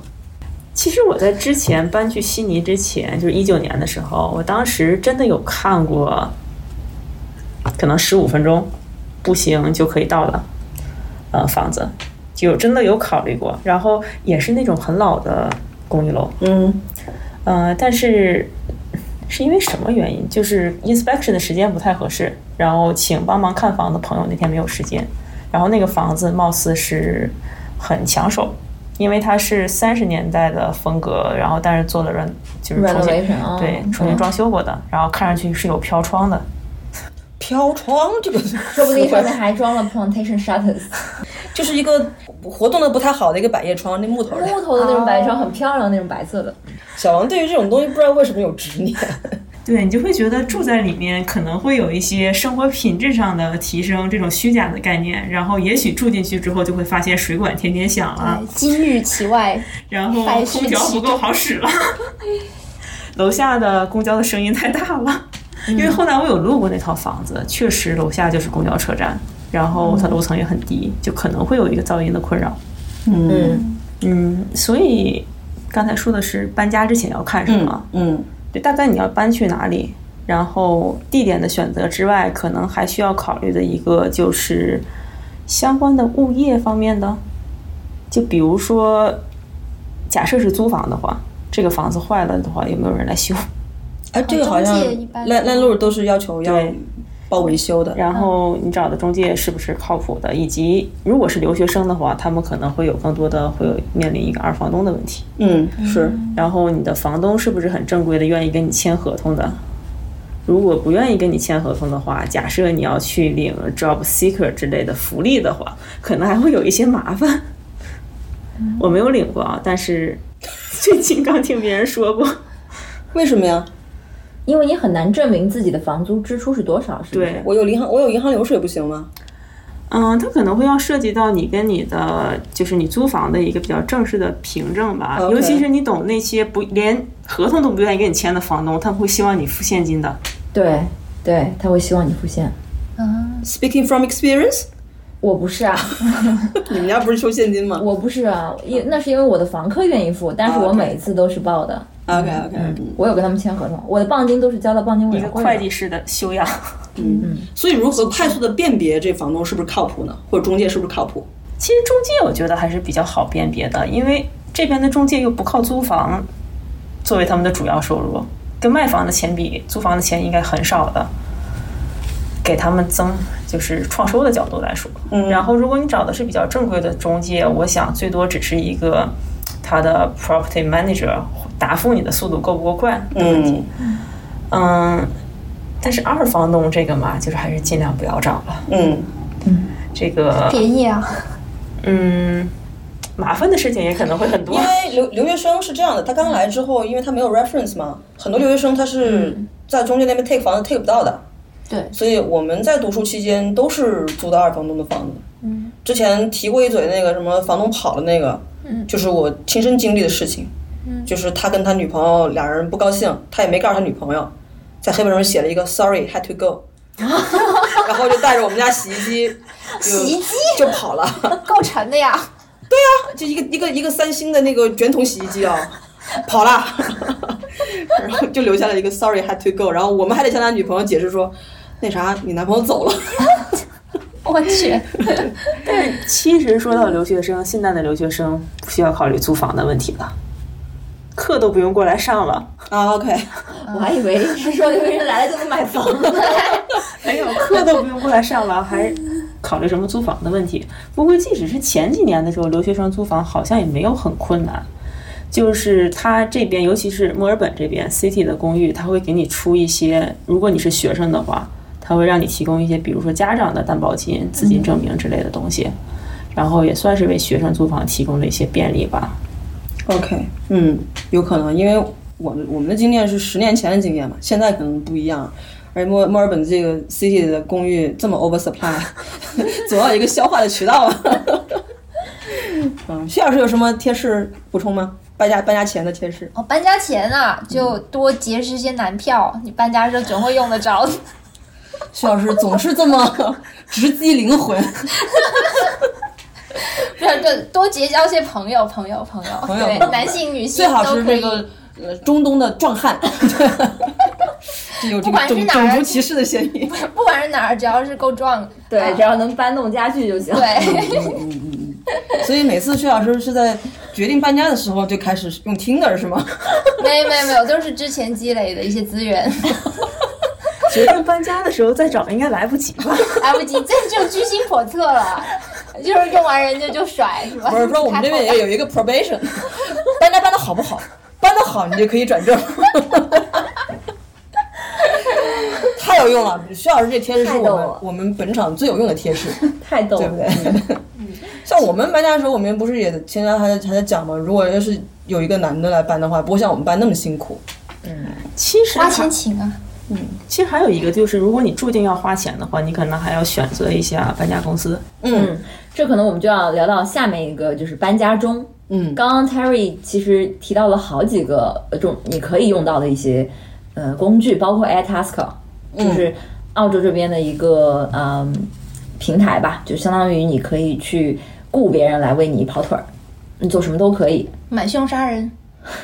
其实我在之前搬去悉尼之前，就是一九年的时候，我当时真的有看过，可能十五分钟步行就可以到的，呃，房子就真的有考虑过，然后也是那种很老的公寓楼，
嗯
呃，但是是因为什么原因？就是 inspection 的时间不太合适，然后请帮忙看房的朋友那天没有时间，然后那个房子貌似是很抢手。因为它是三十年代的风格，然后但是做了人就是重新
Renovation，哦
对重新
嗯
装修过的，然后看上去是有飘窗的，
飘窗这个
说不定上面还装了 plantation shutters，
就是一个活动的不太好的一个百叶窗，那木头的。
木头的那种白窗，很漂亮那种白色的。
小王对于这种东西不知道为什么有执念。
对你就会觉得住在里面可能会有一些生活品质上的提升，这种虚假的概念，然后也许住进去之后就会发现水管天天响
啊
了，
金玉哎其外，
然后
百事
空调不够好使了， 楼下的公交的声音太大了。因为后来我有路过那套房子，确实楼下就是公交车站，然后它楼层也很低，就可能会有一个噪音的困扰。
嗯，
嗯，所以刚才说的是搬家之前要看什么，
嗯
对，大概你要搬去哪里，然后地点的选择之外，可能还需要考虑的一个就是相关的物业方面的，就比如说，假设是租房的话，这个房子坏了的话，有没有人来修？
哎，这个好像
中介一般
烂烂路都是要求要
对
报维修的，
然后你找的中介是不是靠谱的？以及如果是留学生的话，他们可能会有更多的会有面临一个二房东的问题。
嗯，是，
然后你的房东是不是很正规的，愿意跟你签合同的？如果不愿意跟你签合同的话，假设你要去领 job seeker 之类的福利的话，可能还会有一些麻烦。我没有领过啊，但是最近刚听别人说过，
为什么呀？
因为你很难证明自己的房租支出是多少，是不是？
对，
我有银行，我有银行流水不行吗？
嗯，它可能会要涉及到你跟你的，就是你租房的一个比较正式的凭证吧。
OK
尤其是你懂那些不连合同都不愿意跟你签的房东，他们会希望你付现金的。
对对，他会希望你付现。
Speaking from experience，
我不是啊，
你们家不是收现金吗
我不是啊，因那是因为我的房客愿意付，但是
啊
我
对
每一次都是报的，
？OK 啊 OK，嗯
我有跟他们签合同，我的棒金都是交了棒金委
一
员
个
会
会
的
计。师的修养，
所以如何快速的辨别这房东是不是靠谱呢？或者中介是不是靠谱？
其实中介我觉得还是比较好辨别的，因为这边的中介又不靠租房作为他们的主要收入，跟卖房的钱比，租房的钱应该很少的。给他们增就是创收的角度来说，嗯，然后如果你找的是比较正规的中介，我想最多只是一个他的 property manager 答复你的速度够不够快的问题，嗯但是二房东这个嘛，就是还是尽量不要找了，
嗯，
这个
便宜啊，
嗯，麻烦的事情也可能会很多
因。为留留学生是这样的，他刚来之后，因为他没有 reference 嘛，很多留学生他是在中介那边 take 房子 take 不到的，
对，
所以我们在读书期间都是租的二房东的房子。嗯，之前提过一嘴那个什么房东跑了那个，嗯，就是我亲身经历的事情。嗯，就是他跟他女朋友俩人不高兴，他也没告诉他女朋友，在黑板上写了一个 “sorry had to go”，然后就带着我们家洗衣机，洗
衣机
就跑了，
够沉的呀。
就一个一个一个三星的那个卷筒洗衣机啊、跑了， 然后就留下了一个 “sorry had to go”，然后我们还得向他女朋友解释说，那啥，你男朋友走了。
我去，
其实说到留学生，现在的留学生不需要考虑租房的问题了，课都不用过来上了，
啊，OK，
我还以为是说留学生来了就能买房，
没有哎课都不用过来上了，还考虑什么租房的问题？不过即使是前几年的时候，留学生租房好像也没有很困难。就是他这边，尤其是墨尔本这边 City 的公寓，他会给你出一些，如果你是学生的话，他会让你提供一些，比如说家长的担保金、资金证明之类的东西，然后也算是为学生租房提供了一些便利吧。
OK，嗯，有可能，因为我们我们的经验是十年前的经验嘛，现在可能不一样。而且墨墨尔本这个 city 的公寓这么 oversupply，总要有一个消化的渠道啊。嗯，薛老师有什么贴士补充吗？搬家搬家前的贴士
我哦搬家前啊，
嗯
就多结识些男票，你搬家时候总会用 得着。
薛老师总是这 么直击灵 魂，
不是，就多结交些朋友，朋友，朋友，
友
对
朋友，
男性、女
最
性
好
都
是
可
这
以。
个呃中东的壮 汉， 有这个
不管是
种
哪儿
种族歧视的嫌疑。
不管是哪儿，只要是够壮，啊
对，只要能搬动家具就行。
哎对，
所以每次薛老师是在决定搬家的时候就开始用 Tinder 是吗？
没没没有，都是之前积累的一些资 源，
决定搬家的时候再找应该来不及 吧？
来啊不及，这就居心叵测了，就是用完人家就甩，是吧？
不是说我们这边也有一个 probation，搬 家搬的好不好？搬的好你就可以转正。 太有用了，薛老师这贴士是
太
我
逗
们
了
我们本场最有用的贴士，
太逗
对
了嗯
不。对？ 像我们搬家的时候，我们不是也前天还在还在讲吗？如果要是有一个男的来搬的话，不会像我们搬那么辛苦。
其实
花
还
钱请啊，
其实还有一个就是，如果你注定要花钱的话，你可能还要选择一下搬家公司。
嗯
这可能我们就要聊到下面一个，就是搬家中。
嗯
刚刚 Terry 其实提到了好几个呃种你可以用到的一些呃工具，包括 AirTasker，就是澳洲这边的一个嗯平台吧，就相当于你可以去雇别人来为你跑腿儿。你做什么都可以。
买凶杀人，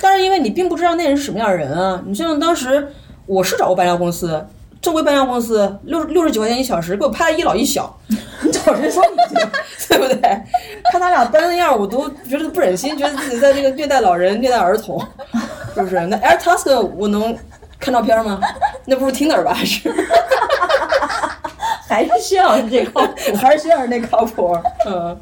但是因为你并不知道那人是什么样的人啊，你就像当时我是找过搬家公司，正规搬家公司六六十几块钱一小时，给我拍了一老一小，你找谁说你去， 对不对？看他俩搬的样儿，我都觉得不忍心，觉得自己在这个虐待老人、虐待儿童，是不是？那 Air Task 我能看照片吗？那不是 Tinder 吧？是
还是需要这个。
还是这样那靠谱？嗯，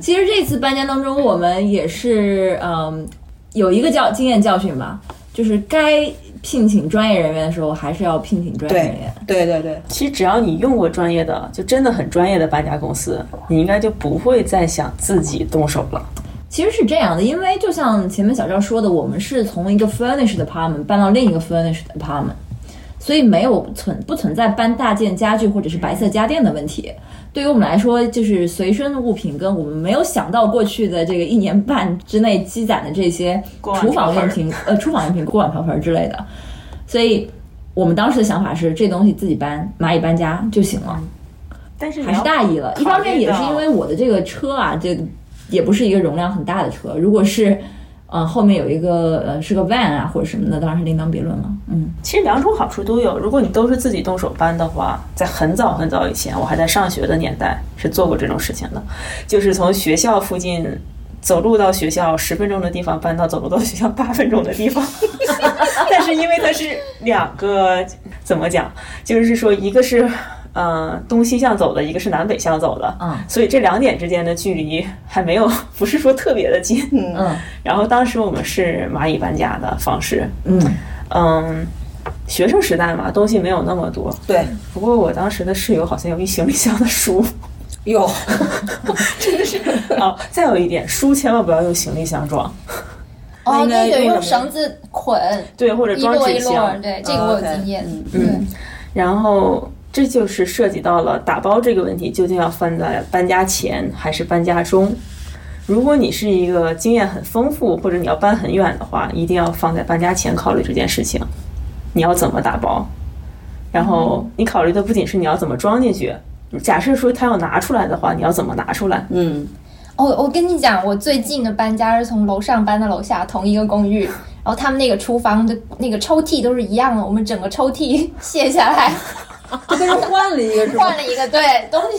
其实这次搬家当中，我们也是嗯有一个教经验教训吧，就是该聘请专业人员的时候，还是要聘请专业人员。
对对对，
其实只要你用过专业的，就真的很专业的搬家公司，你应该就不会再想自己动手了。
其实是这样的，因为就像前面小赵说的，我们是从一个 furnished apartment 搬到另一个 furnished apartment，所以没有存不存在搬大件家具或者是白色家电的问题。对于我们来说，就是随身物品跟我们没有想到过去的这个一年半之内积攒的这些
锅碗
厨房
瓢
用
盆
品，呃，厨房用品、锅碗瓢盆之类的，所以我们当时的想法是，这东西自己搬，蚂蚁搬家就行了。
但是你
还是
要
大意了。一方面也是因为我的这个车啊，这也不是一个容量很大的车。如果是，呃，后面有一个呃是个 van 啊或者什么的，当然是另当别论了。嗯，
其实两种好处都有。如果你都是自己动手搬的话，在很早很早以前，我还在上学的年代是做过这种事情的，就是从学校附近走路到学校十分钟的地方搬到走路到学校 八分钟的地方。但是因为它是两个，怎么讲，就是说一个是。嗯，东西向走的，一个是南北向走的，
嗯
所以这两点之间的距离还没有，不是说特别的近，
嗯
然后当时我们是蚂蚁搬家的方式，
嗯，
嗯，学生时代嘛，东西没有那么多。
对，
不过我当时的室友好像有一行李箱 的书
有
啊。再有一点，书千万不要用行李箱装，
哦，
应该
那个
用
用
什么哦
绳子捆，
对，或者
一
装
摞
纸
一摞，
箱。
对，这个我有
OK，
经验。嗯
然后这就是涉及到了打包这个问题，究竟要放在搬家前还是搬家中？如果你是一个经验很丰富，或者你要搬很远的话，一定要放在搬家前考虑这件事情。你要怎么打包？然后你考虑的不仅是你要怎么装进去，假设说它要拿出来的话，你要怎么拿出来？
嗯，
哦，我跟你讲，我最近的搬家是从楼上搬到楼下，同一个公寓。然后他们那个厨房的那个抽屉都是一样的，我们整个抽屉卸下 来
这 跟人换了一个是吧
换？了一个，对，东西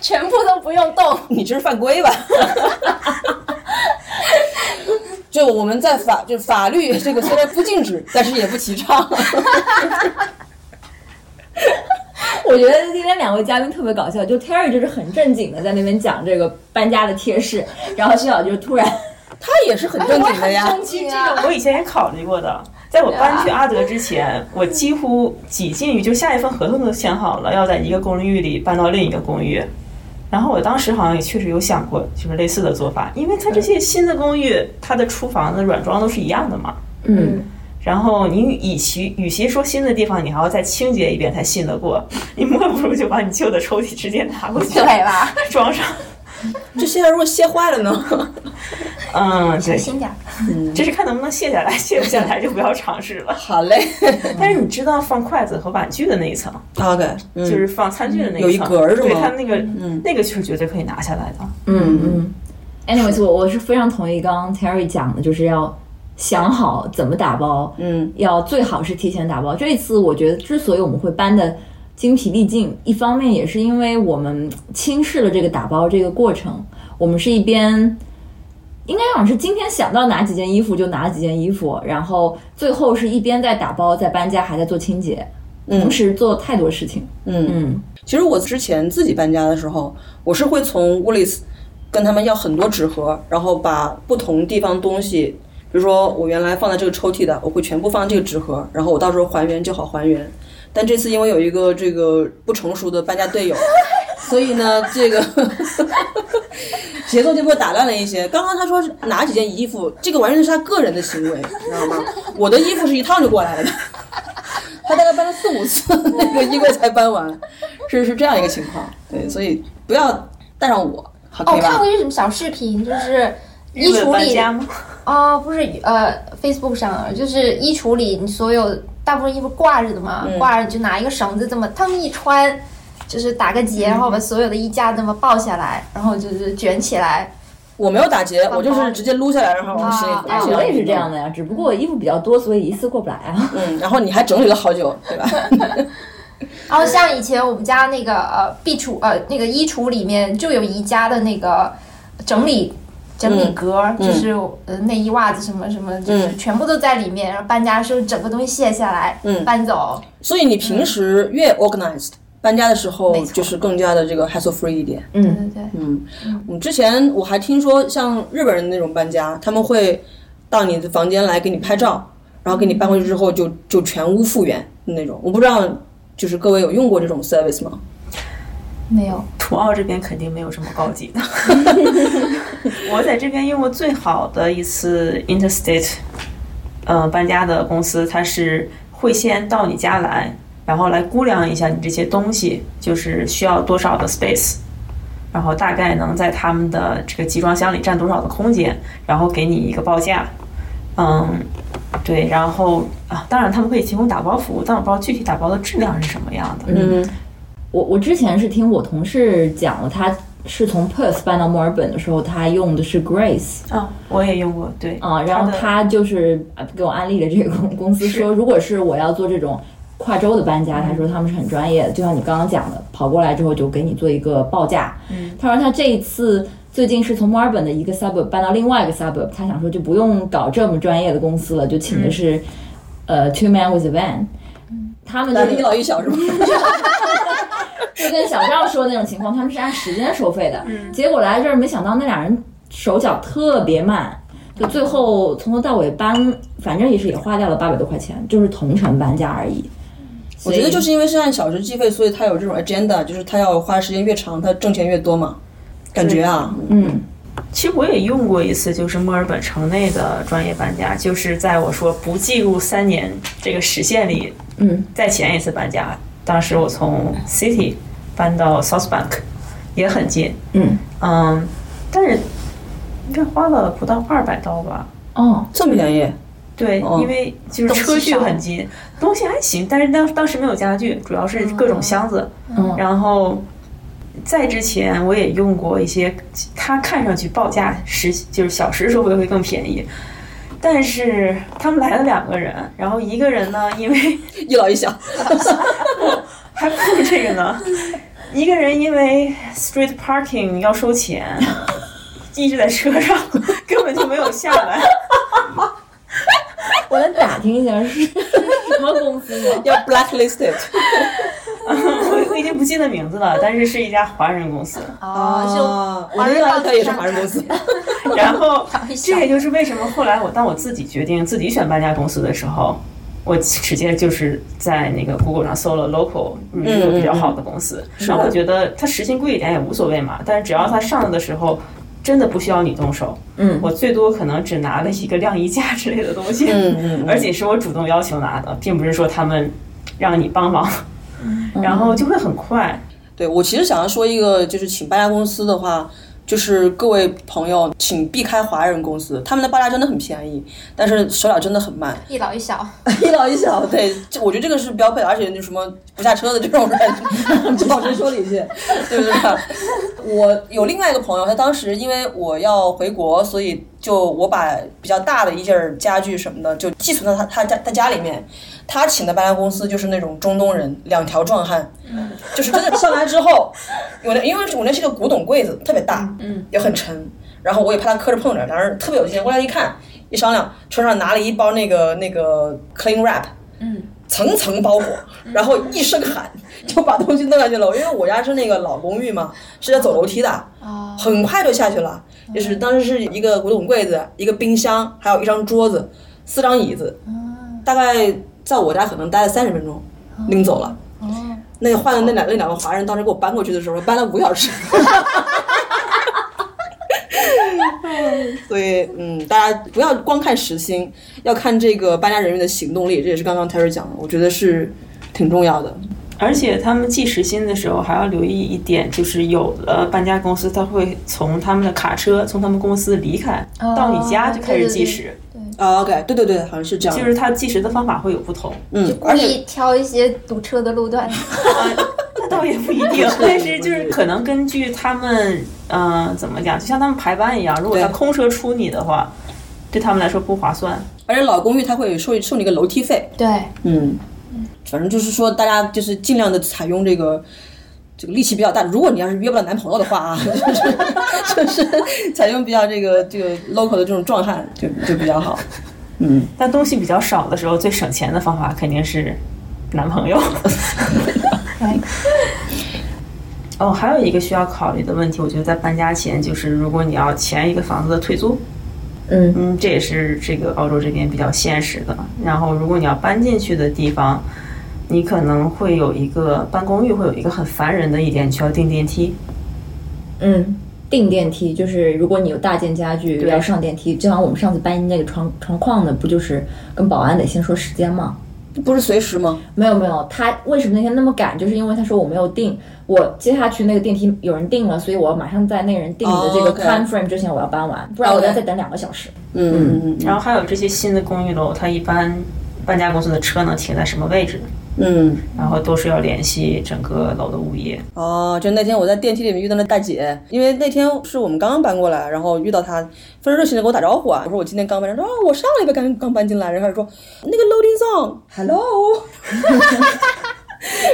全部都不用 动。
你这是犯规吧？ 就我们在法，就法律这个虽然不禁止，但是也不提倡。
我觉得今天两位嘉宾特别搞笑，就 Terry 就是很正经的在那边讲这个搬家的贴士，然后徐小就突然
他也是很正经的 呀，
经
这 个我以前也考虑过的，在我搬去阿德之前，我几乎几近于就下一份合同都签好了，要在一个公寓里搬到另一个公寓。然后我当时好像也确实有想过，就是类似的做法，因为它这些新的公寓，它的厨房的软装都是一样的嘛。
嗯，
然后你与其与其说新的地方你还要再清洁一遍才信得过，你莫不如就把你旧的抽屉直接拿 过去
对吧？
装上。
这现在如果卸坏了呢？
嗯，对，
轻点儿。
这是看能不能卸下来，卸不下来就不要尝试了。
好 嘞
但是你知道放筷子和碗具的那一层，
，OK，就
就是放餐具的那
嗯有一
层，
格儿是
对
吗嗯
它那个、那个是绝对可以拿下来的。
嗯嗯，anyways，我我是非常同意刚刚 Terry 讲的，就是要想好怎么打包，
嗯，
要最好是提前打包。这一次我觉得之所以我们会搬的精疲力尽，一方面也是因为我们轻视了这个打包这个过程，我们是一边。应该讲是今天想到哪几件衣服就拿几件衣服，然后最后是一边在打包，在搬家，还在做清洁，同时做太多事情。
嗯
嗯
其实我之前自己搬家的时候，我是会从 Woolies 跟他们要很多纸盒，然后把不同地方东西，比如说我原来放在这个抽屉的，我会全部放这个纸盒，然后我到时候还原就好还原。但这次因为有一个这个不成熟的搬家队友，所以呢，这个节奏就被我打乱了一些。刚刚他说是哪几件衣服，这个完全是他个人的行为，你知道吗？我的衣服是一趟就过来了的。 他大概搬了四五次，那个衣柜才搬完，是是这样一个情况。对，所以不要带上我，好可
哦，
以
看
吧
过？一个什么小视频，就是衣
日本
橱
搬
里
家吗？
哦，不是呃，Facebook 上就是衣橱里你所有大部分衣服挂着的嘛，
嗯
挂着你就拿一个绳子这么腾一穿，就是打个结，然后把所有的衣架这么抱下来，然后就是卷起来。
我没有打结，
包
我就是直接撸下来，然后往心里
啊
哎，
塞
我也是这样的呀，只不过我衣服比较多，所以一次过不来啊。
嗯，然后你还整理了好久，对吧？
然后像以前我们家那个呃壁橱呃那个衣橱里面就有宜家的那个整理整理格，
嗯
就是呃内衣袜子什么什么，就是全部都在里面。然后搬家的时候整个东西卸下来，
嗯
搬走。
所以你平时越 organized，搬家的时候
没错
就是更加的这个 hassle free 一点。
对对对，
嗯，我们之前我还听说，像日本人那种搬家，他们会到你的房间来给你拍照，然后给你搬回去之后就就全屋复原那种。我不知道，就是各位有用过这种 service 吗？
没有。
土澳这边肯定没有这么高级的。我在这边用过最好的一次 Interstate，呃，搬家的公司，它是会先到你家来，然后来估量一下你这些东西就是需要多少的 space，然后大概能在他们的这个集装箱里占多少的空间，然后给你一个报价。嗯，对，然后啊，当然他们可以提供打包服务，但我不知道具体打包的质量是什么样的。
嗯
我我之前是听我同事讲了，他是从 Perth 搬到墨尔本的时候，他用的是 Grace
啊，我也用过，对
啊，然后
它的
他就是呃给我安利了这个公公司，说如果是我要做这种。跨州的搬家，他说他们是很专业的，就像你刚刚讲的，跑过来之后就给你做一个报价。嗯，他说他这一次最近是从墨尔本的一个 suburb 搬到另外一个 suburb，他想说就不用搞这么专业的公司了，就请的是、呃 two man with a van，、他们就
但
是
是一老一小是吧？
就跟小赵说的那种情况，他们是按时间收费的。结果来这儿，没想到那俩人手脚特别慢，就最后从头到尾搬，反正也是也花掉了八百多块钱，就是同城搬家而 已。
我
所以
觉得就是因为是按小时计费，所以他有这种 agenda，就是他要花时间越长，他挣钱越多嘛。感觉啊，
嗯，
其实我也用过一次，就是墨尔本城内的专业搬家，就是在我说不计入三年这个时限里，
嗯，
再前一次搬家，当时我从 City 搬到 South Bank，也很近，
嗯
嗯，但是应该花了不到二百刀吧。
哦，
这么便宜，
对，
哦
嗯
因为就是车距很近，东西还行，但是当当时没有家具，主要是各种箱子。
嗯
然后在之前我也用过一些，它看上去报价时就是小时收费会更便宜，但是他们来了两个人，然后一个人呢，因为
一老一小，
还不如这个呢，一个人因为 street parking 要收钱，一直在车上，根本就没有下来。
我来打听一下 是什么公司吗？
要 blacklisted。
我我已经不记得名字了，但是是一家华人公司。
哦，
啊我的一老一小也是华人公司。
然后
一下
这也就是为什么后来我当我自己决定自己选搬家公司的时候，我直接就是在那个 Google 上搜了 local
嗯
review 比较好的公司，然后我觉得它时薪贵一点也无所谓嘛，但是只要它上了的时候。真的不需要你动手，
嗯
我最多可能只拿了一个晾衣架之类的东西，
嗯嗯嗯
而且是我主动要求拿的，并不是说他们让你帮忙， 然后就会很快，
对我其实想要说一个，就是请搬家公司的话，就是各位朋友，请避开华人公司，他们的报价真的很便宜，但是手脚真的很慢，
一老一小，
一老一小。对，这我觉得这个是标配，而且就什么不下车的这种人，不好谁说理去，对不对？我有另外一个朋友，他当时因为我要回国，所以就我把比较大的一件儿家具什么的就寄存到他他家他家里面。他请的搬家公司就是那种中东人，两条壮汉，就是真的上来之后，有那因为我那是个古董柜子，特别大，嗯，也很沉。然后我也怕他磕着碰着，然后特别有劲，过来一看，一商量，车上拿了一包那个那个 cling wrap，层层包裹，然后一声喊就把东西弄下去了。因为我家是那个老公寓嘛，是要走楼梯的，很快就下去了。就是当时是一个古董柜子、一个冰箱，还有一张桌子、四张椅子，大概在我家可能待了三十分钟，拎走了。那换的那两那两个华人当时给我搬过去的时候，搬了五个小时。所以，嗯，大家不要光看时薪，要看这个搬家人员的行动力，这也是刚刚 Terry 讲的，我觉得是挺重要的。
而且他们计时薪的时候还要留意一点，就是有的搬家公司他会从他们的卡车从他们公司离开，到你家就开始计时，
啊、o k 哦对对对，好像是这样的。
就是他计时的方法会有不同。
嗯，
故
而且
意挑一些堵车的路段。
啊，那倒 倒也不一定，但是就是可能根据他们，嗯、怎么讲，就像他们排班一样，如果他
对
空车出你的话，对他们来说不划算。
而且老公寓它会收收你一个楼梯费，
对，
嗯，反正就是说大家就是尽量的采用这个。这个力气比较大，如果你要是约不到男朋友的话啊， 就是就是采用比较这个这个 local 的这种壮汉，就就比较好。
但东西比较少的时候，最省钱的方法肯定是男朋友。哦，还有一个需要考虑的问题，我觉得在搬家前，就是如果你要前一个房子的退租，
嗯
嗯，这也是这个澳洲这边比较现实的。然后，如果你要搬进去的地方，你可能会有一个搬公寓，会有一个很烦人的一点，你需要订电梯。
嗯，订电梯就是如果你有大件家具
对
要上电梯，就好像我们上次搬那个床床框的，不就是跟保安得先说时间吗？
不是随时吗？
没有没有，他为什么那天那么赶？就是因为他说我没有订，我接下去那个电梯有人订了，所以我马上在那个人订的这
哦
个
，OK 哦
time frame 之前我要搬完，不然我要再等两个小时。
嗯嗯
然后还有这些新的公寓楼，它一般搬家公司的车能停在什么位置，
嗯。
然后都是要联系整个楼的物业。
哦，就那天我在电梯里面遇到那大姐，因为那天是我们刚刚搬过来，然后遇到她，非常热情的跟我打招呼啊。我说我今天刚搬，她说啊，我上礼拜刚刚搬进来，然后她说那个 loading zone，hello，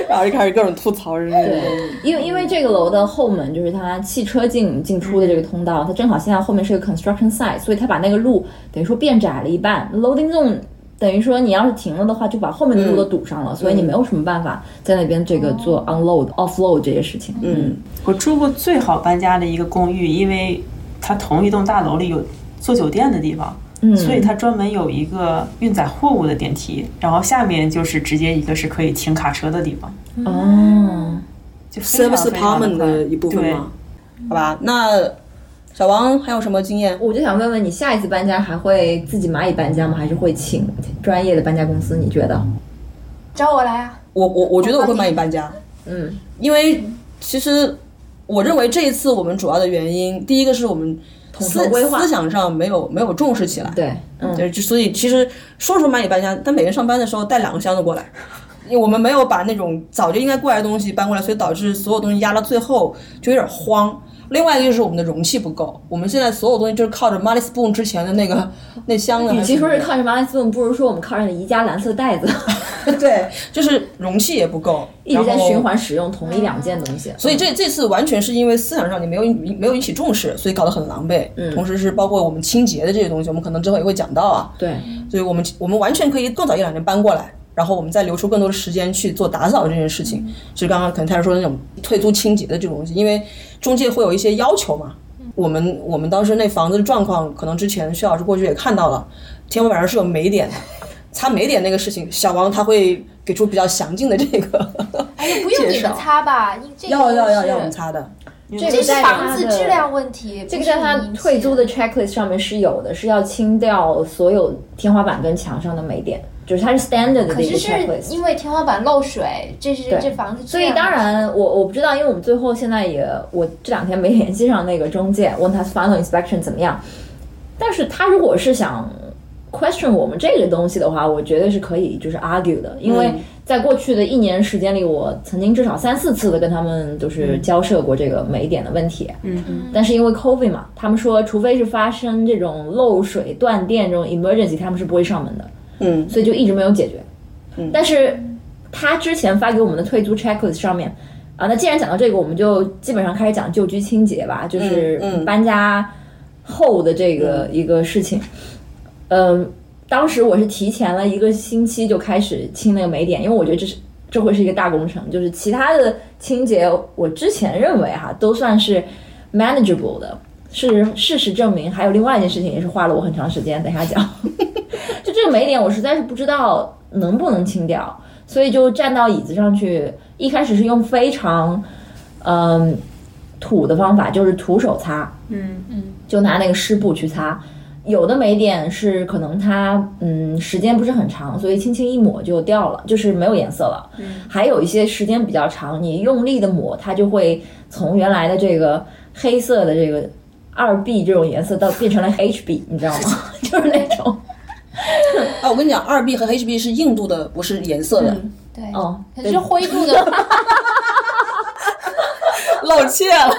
然后就开始各种吐槽，就是那种
因为因为这个楼的后门就是它汽车进进出的这个通道，它正好现在后面是个 construction site，所以它把那个路等于说变窄了一半。loading zone 等于说你要是停了的话，就把后面的路都堵上了，所以你没有什么办法在那边这个做 unload、offload 这些事情。嗯，
我住过最好搬家的一个公寓，因为它同一栋大楼里有做酒店的地方，嗯，所以它专门有一个运载货物的电梯，然后下面就是直接一个是可以停卡车的地方，
嗯
哦，
就非常
service
非常
apartment
快
的一部分
对
嘛，好吧？那小王还有什么经验？
我就想问问你，下一次搬家还会自己蚂蚁搬家吗？还是会请专业的搬家公司？你觉得？
找我来啊！
我我我觉得我会蚂蚁搬家，
哦嗯，
因为其实我认为这一次我们主要的原因，第一个是我们思
筹规划
思想上没有没有重视起来，
对，嗯，
对，就所以其实说说蚂蚁搬家，但每个人上班的时候带两个箱子过来，因为我们没有把那种早就应该过来的东西搬过来，所以导致所有东西压到最后就有点慌。另外一个就是我们的容器不够，我们现在所有东西就是靠着 Molly Spoon 之前的那个那箱子还
与
什么的，
嗯其说是靠着蚂蚁 spoon，不如说我们靠着宜家蓝色袋 子，
对，就是容器也不够，
一直在
然后
循环使用同一两件东西。
所以这这次完全是因为思想上你没有没有引起重视，所以搞得很狼狈。同时是包括我们清洁的这些东西，我们可能之后也会讲到啊。
对，
所以我们我们完全可以更早一两年搬过来，然后我们再留出更多的时间去做打扫这件事情。就是刚刚可能他说的那种退租清洁的这种东西，因为中介会有一些要求嘛。我们我们当时那房子的状况，可能之前薛老师过去也看到了，天花板上是有霉点的。擦霉点那个事情，小王他会给出比较详尽的这个，
哎呀，不用你们擦吧，因这 个
要要要
哎是
要我们擦的，
这
这
个
是
在
房
它
子
的
质量问题，
这
不
个
是
在它
你们
退租的 checklist 上面是有的，是要清掉所有天花板跟墙上的霉点，就是它是 standard 的
可
一个
是是
checklist。
因为天花板漏水，这是
对
这房子质
所以
量问题，
当然我，我不知道，因为我们最后现在也，我这两天没联系上那个中介，问他 final inspection 怎么样。但是他如果是想 question 我们这个东西的话，我绝对是可以就是 argue 的，因为在过去的一年时间里，我曾经至少三四次的跟他们就是交涉过这个霉点的问题。
嗯，
但是因为 COVID 嘛，他们说除非是发生这种漏水、断电这种 emergency，他们是不会上门的。
嗯
所以就一直没有解决。但是他之前发给我们的退租 checklist 上面啊，那既然讲到这个，我们就基本上开始讲旧居清洁吧，就是
嗯嗯
搬家后的这个一个事情。嗯，当时我是提前了一个星期就开始清那个霉点，因为我觉得这是。这会是一个大工程，就是其他的清洁，我之前认为哈都算是 manageable 的。事事实证明，还有另外一件事情也是花了我很长时间，等一下讲。就这个霉点，我实在是不知道能不能清掉，所以就站到椅子上去。一开始是用非常，嗯，土的方法，就是徒手擦，嗯嗯，就拿那个湿布去擦。有的霉点是可能它嗯时间不是很长，所以轻轻一抹就掉了，就是没有颜色了。嗯，还有一些时间比较长，你用力的抹，它就会从原来的这个黑色的这个二 B 这种颜色到变成了 HB，你知道吗？ 就是那种
哎，我跟你讲，二 B 和
嗯
HB 是硬度的，不是颜色的。
嗯对，
哦，
可
对
是灰度的，
露怯了。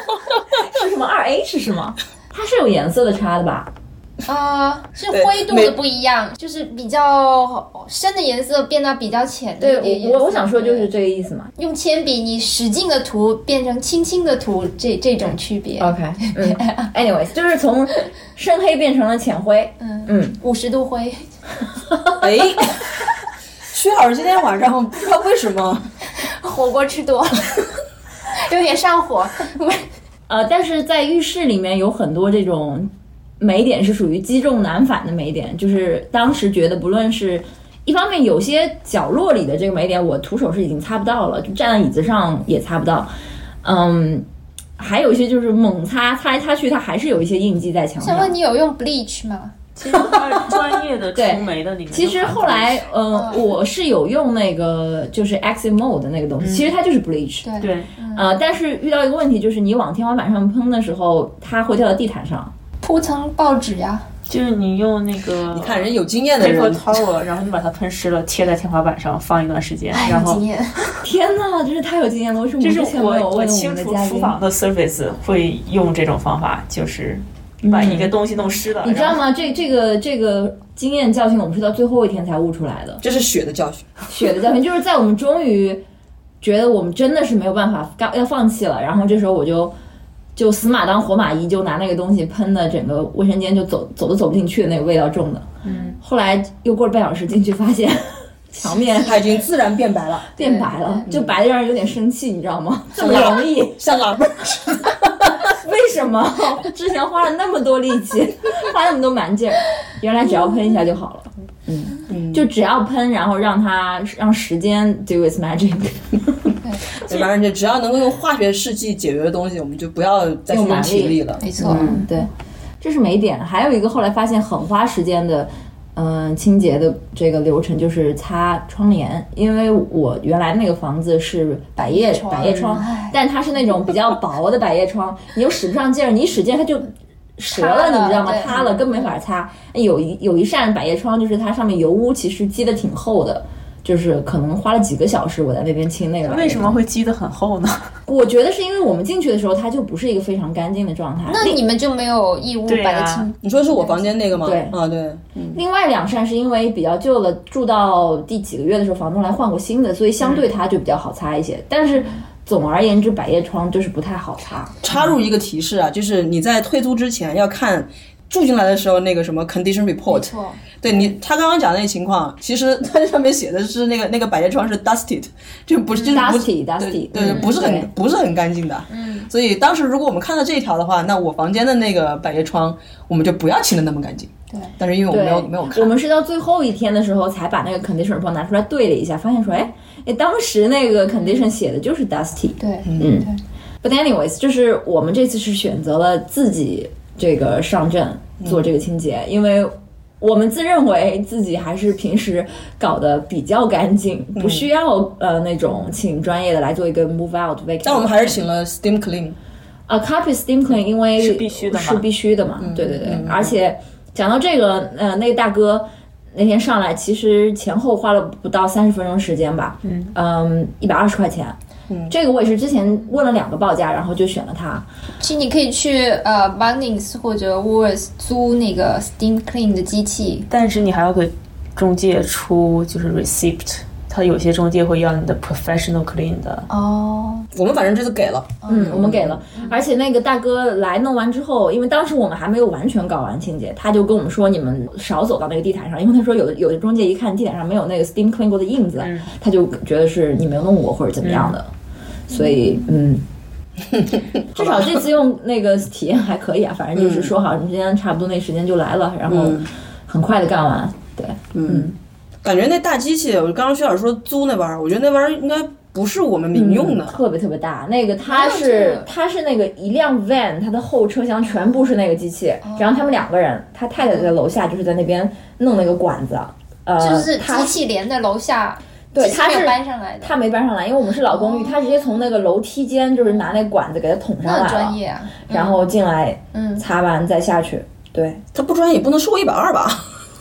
是什么二 H 是吗？它是有颜色的差的吧？
啊，是
对
灰度
每
的不一样，就是比较深的颜色变到比较浅的一点
对
颜
我
色。
我我想说就是这个意思嘛。
用铅笔你使劲的涂变成轻轻的涂，这这种区别。
OK，嗯，anyways，就是从深黑变成了浅灰。
嗯
嗯，
五十度灰，
哎，薛老师今天晚上不知道为什么，
火锅吃 多了，有点上火。
呃，但是在浴室里面有很多这种美点是属于积重难返的美点，就是当时觉得不论是。一方面，有些角落里的这个美点，我徒手是已经擦不到了，就站在椅子上也擦不到。嗯，还有一些就是猛擦，擦来擦去，它还是有一些印记在墙上。
想问你有用 bleach 吗？
其实它专业的除霉的里面，
其实后来，呃，
嗯
我是有用那个就是 Exit Mode 的那个东西，其实它就是 bleach。
对
对
呃，但是遇到一个问题，就是你往天花板上喷的时候，它会掉到地毯上。
铺层报纸呀、
就是你用那个你
看人有经验的
paper
人，
towel，然后你把它喷湿了，贴在天花板上放一段时间，
哎
然
哎有
后
经。验。
天呐，真是太有经验了！为什么
这
我
是
之前没有
我
问
我
我
清
们的
除
嘉
厨
宾？
房的 service 会用这种方法，就是把一个东西弄湿了，
你知
然
道
后
吗？这这个这个经验教训，我们是到最后一天才悟出来的。
这是血的教训。
血的教训，就是在我们终于觉得我们真的是没有办法，刚要放弃了，然后这时候我就就死马当活马医，就拿那个东西喷的整个卫生间就走走都走不进去的那个味道重的。嗯，后来又过了半小时进去，发 现墙面
它已经自然变白了，
变白了，就白的让人有点生气，你知道 吗？这么容易，
像喇 叭。
为什么之前花了那么多力气， 花那么多蛮劲儿，原来只要喷一下就好了。嗯，就只要喷，然后让它让时间 do its magic。
对，反正就只要能够用化学试剂解决的东西，我们就不要再去
用蛮
用
力
体力了。
没错，
嗯，对，这是霉点。还有一个后来发现很花时间的，嗯、清洁的这个流程就是擦窗帘，因为我原来那个房子是百叶
窗哎
百叶窗
唉，
但它是那种比较薄的百叶窗，你又使不上劲儿，你一使劲它就。折
塌
了，
了
你知道吗？
对
塌了，根本没法擦。有一有一扇百叶窗，就是它上面油污其实积的挺厚的，就是可能花了几个小时我在那边清那个百叶窗。
为什么会积得很厚呢？
我觉得是因为我们进去的时候，它就不是一个非常干净的状态。
那你们就没有义务
对
把它
啊
清。
你说是我房间那个吗？
对
啊，对，
另外两扇是因为比较旧了，住到第几个月的时候，房东来换过新的，所以相对它就比较好擦一些。但是总而言之，百叶窗就是不太好擦。
插入一个提示啊，就是你在退租之前要看住进来的时候那个什么 condition
没
report。
错，
对你，他刚刚讲的那个情况，其实 他上面写的是那个那个百叶窗是 dusted，就不是就是不
嗯 Dusty, dusty，
对对，
嗯
不是
对
很不是很干净的。嗯，所以当时如果我们看到这一条的话，那我房间的那个百叶窗我们就不要清的那么干净。
对，
但是因为我
对，
没有没有看
我，们是到最后一天的时候才把那个 condition report 拿出来对了一下，发现说，哎，哎，当时那个 condition 写的就是 dusty。
对，
嗯
对。
But anyways，就是我们这次是选择了自己这个上阵做这个清洁，因为我们自认为自己还是平时搞得比较干净，不需要呃那种请专业的来做一个 move out vac。
但我们还是请了 steam clean。
啊，carpet steam clean，因为
是必须的嘛
是必须的嘛。对对对，而且讲到这个，呃，那个大哥那天上来，其实前后花了不到三十分钟时间吧，嗯一百二十块钱。嗯，这个我也是之前问了两个报价，然后就选了他。
其实你可以去呃 Bunnings 或者 Woolworths 租那个 steam clean 的机器，
但是你还要给中介出就是 receipt，他有些中介会要你的 professional clean 的。
哦，
我们反正这次给了，
嗯，我们给了，而且那个大哥来弄完之后，因为当时我们还没有完全搞完清洁，他就跟我们说你们少走到那个地毯上，因为他说有的有的中介一看地毯上没有那个 steam clean 过的印子，他就觉得是你没有弄过或者怎么样的，所以 嗯，至少这次用那个体验还可以啊，反正就是说好，你们今天差不多那时间就来了，然后很快的干完，对，
感觉那大机器，我刚刚薛老师说租那玩意儿，我觉得那玩意儿应该不是我们民用的。
特别特别大。那个
哪
它
哦有这
是
个
它是那个一辆 van，它的后车厢全部是那个机器，
哦
然后他们两个人，他太太在楼下就是在那边弄那个管子，呃，
就是
他
机器连在楼下，
对
机器
他
没有
是
搬上来的，
他没搬上来，因为我们是老
哦
公寓，他直接从那个楼梯间就是拿那管子给他捅上
那
来
很
了，
专业啊。
然后进来
嗯，
擦完再下去，对。
它不专业，不能收我一百二吧？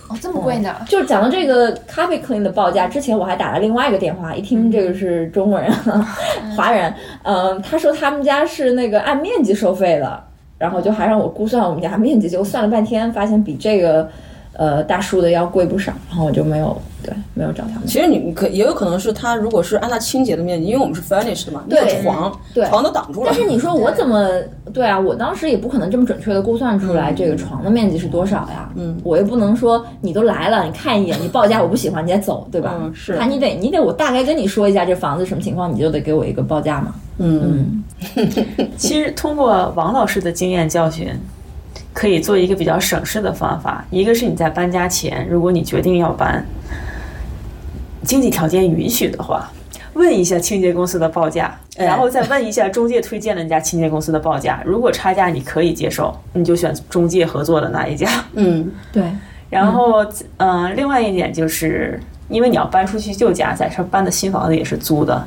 哦，这么贵呢？
就是讲到这个 Copy Clean 的报价之前，我还打了另外一个电话，一听这个是中国人、啊华人，嗯，他说他们家是那个按面积收费的，然后就还让我估算我们家面积，结果算了半天，发现比这个呃大叔的要贵不少，然后我就没有对没有找他们。
其实你可也有可能是它，如果是按它清洁的面积，因为我们是 furnished 的嘛，那
对
个床
对
床都挡住了。
但是你说我怎么对啊？我当时也不可能这么准确的估算出来这个床的面积是多少呀。嗯，我又不能说你都来了，你看一眼，你报价我不喜欢，你再走，对吧？
嗯是
啊，你得你得我大概跟你说一下这房子什么情况，你就得给我一个报价嘛。
嗯，
其实通过王老师的经验教训，可以做一个比较省事的方法。一个是你在搬家前，如果你决定要搬，经济条件允许的话，问一下清洁公司的报价，
哎
然后再问一下中介推荐的那家清洁公司的报价。如果差价你可以接受，你就选中介合作的那一家。
嗯
对，
然后，嗯、另外一点就是，因为你要搬出去旧家，在这搬的新房子也是租的，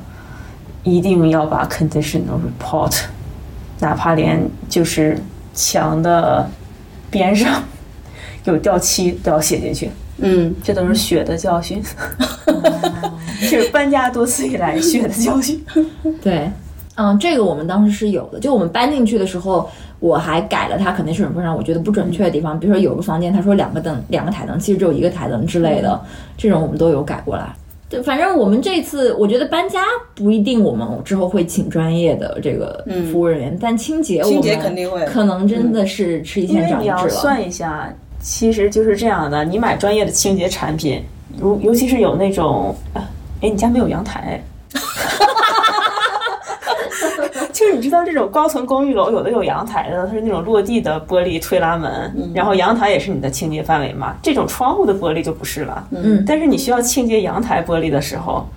一定要把 conditional report，哪怕连就是墙的边上有掉漆都要写进去，
嗯，
这都是血的教训，就是搬家多次以来血的教训。
对，嗯，这个我们当时是有的。就我们搬进去的时候，我还改了它肯定是不上我觉得不准确的地方，比如说有个房间他说两个灯两个台灯，其实只有一个台灯之类的，这种我们都有改过来。对，反正我们这次我觉得搬家不一定，我们之后会请专业的这个服务人员，但清洁我
清洁
们
肯定会
可能真的是吃一
因
堑
为
长
你
一
要
智了。
算一下，其实就是这样的。你买专业的清洁产品，如尤其是有那种，啊哎，你家没有阳台。 就是你知道这种高层公寓楼，有的有阳台的，它是那种落地的玻璃推拉门，然后阳台也是你的清洁范围嘛。这种窗户的玻璃就不是了。
嗯
但是你需要清洁阳台玻璃的时候，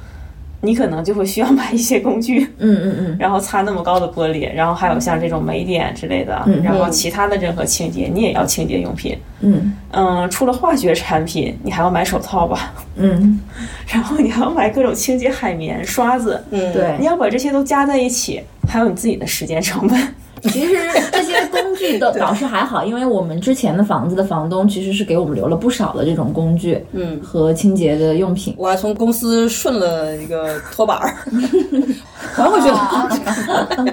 你可能就会需要买一些工具。
嗯嗯嗯，
然后擦那么高的玻璃，然后还有像这种霉点之类的，然后其他的任何清洁，你也要清洁用品。
嗯
嗯，除了化学产品，你还要买手套吧，
嗯，
然后你还要买各种清洁海绵、刷子，
嗯，
对
你。要把这些都加在一起，还有你自己的时间成本。
其实这些工具都倒是还好，因为我们之前的房子的房东其实是给我们留了不少的这种工具，
嗯
和清洁的用品。
我还从公司顺了一个拖把儿，好像会觉
啊
得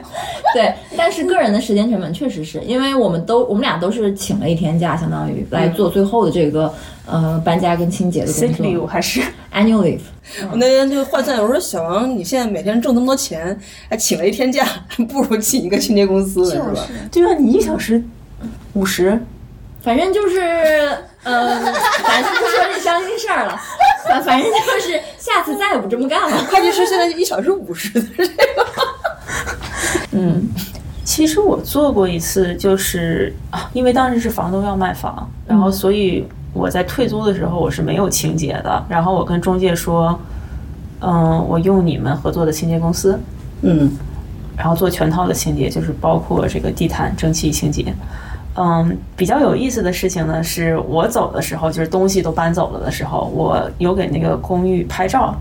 对，但是个人的时间成本确实是因为我们都我们俩都是请了一天假，相当于来做最后的这个、呃搬家跟清洁的
Sick
工
leave
作。
还是
Annual leave，
我那天就换算，我说小王，你现在每天挣这么多钱，还请了一天假， 不如请一个清洁公司呢，
就是
吧？
对啊，你一小时五十，
反正就是呃，咱就不说这伤心事儿了，反反正就是下次再也不这么干了。
会计师现在一小时五十，
嗯
其实我做过一次，就是啊因为当时是房东要卖房，然后所以我在退租的时候我是没有清洁的，然后我跟中介说，嗯，我用你们合作的清洁公司，
嗯
然后做全套的清洁，就是包括这个地毯、蒸汽清洁。嗯，比较有意思的事情呢，是我走的时候，就是东西都搬走了的时候，我有给那个公寓拍照，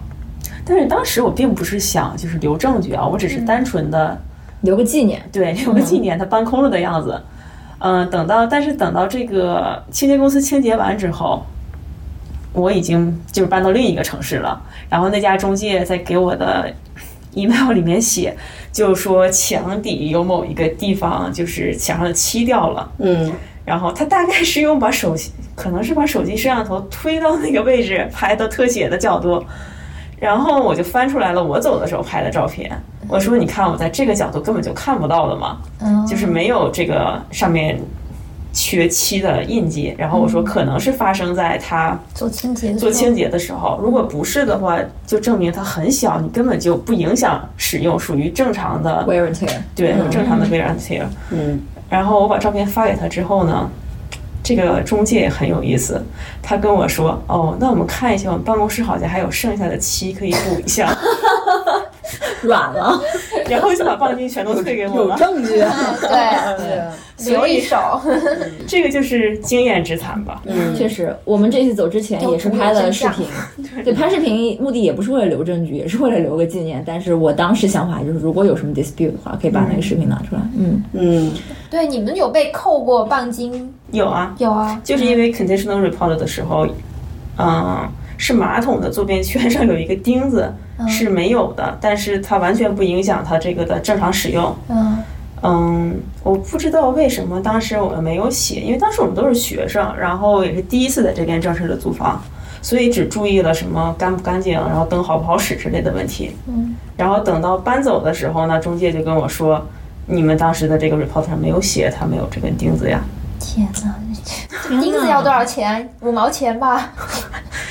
但是当时我并不是想就是留证据啊，我只是单纯的、
嗯留个纪念。
对，留个纪念，它搬空了的样子。嗯、等到但是等到这个清洁公司清洁完之后，我已经就是搬到另一个城市了。然后那家中介在给我的 email 里面写，就说墙底有某一个地方就是墙上的漆掉了。
嗯
然后他大概是用把手机，可能是把手机摄像头推到那个位置拍的特写的角度，然后我就翻出来了我走的时候拍的照片。我说：“你看，我在这个角度根本就看不到的嘛，就是没有这个上面缺漆的印记。”然后我说：“可能是发生在他
做清洁，
做清洁的时候，如果不是的话，就证明它很小，你根本就不影响使用，属于正常的
Wear and tear，
对正常的微软 t
嗯，
然后我把照片发给他之后呢，这个中介也很有意思，他跟我说：“ 哦，那我们看一下，我们办公室好像还有剩下的漆可以补一下。”
软了。
然后就把棒金全都退给我
有
了。
证据啊，
对，
对，
留一手。
这个就是经验之谈吧。
嗯，
确实，我们这次走之前也是拍 了视频，对，拍视频目的也不是为了留证据，也是为了留个纪念。但是我当时想法就是，如果有什么 dispute 的话，可以把那个视频拿出来。嗯，
嗯，
对，你们有被扣过棒金？
有啊，
有啊，
就是因
嗯
为 conditional report 的时候，嗯、是马桶的坐便圈上有一个钉子
嗯
是没有的，但是它完全不影响它这个的正常使用。
嗯
嗯，我不知道为什么当时我们没有写，因为当时我们都是学生，然后也是第一次在这边正式的租房，所以只注意了什么干不干净，然后灯好不好使之类的问题。
嗯，
然后等到搬走的时候呢，中介就跟我说，你们当时的这个 report 上没有写，它没有这根钉子呀，
天哪， 钉子要多少钱？五毛钱吧。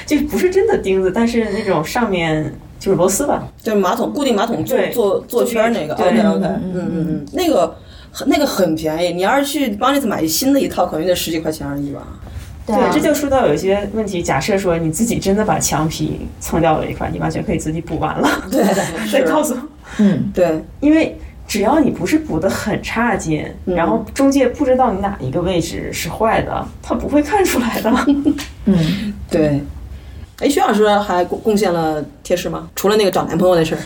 就不是真的钉子，但是那种上面就是螺丝吧，
就是马桶固定马桶坐
对
坐坐圈儿那个
对
，OK OK，嗯嗯嗯，那个很那个很便宜，你要是去帮你买新的一套，可能得十几块钱而已吧。
对
对，
啊
这就说到有一些问题。假设说你自己真的把墙皮蹭掉了一块，你完全可以自己补完了，
对，
再
是，
告诉我。
嗯，
对，
因为只要你不是补得很差劲，
嗯
然后中介不知道你哪一个位置是坏的，他不会看出 来的。
嗯
对。哎，薛老师还贡贡献了贴士吗？除了那个找男朋友那事儿，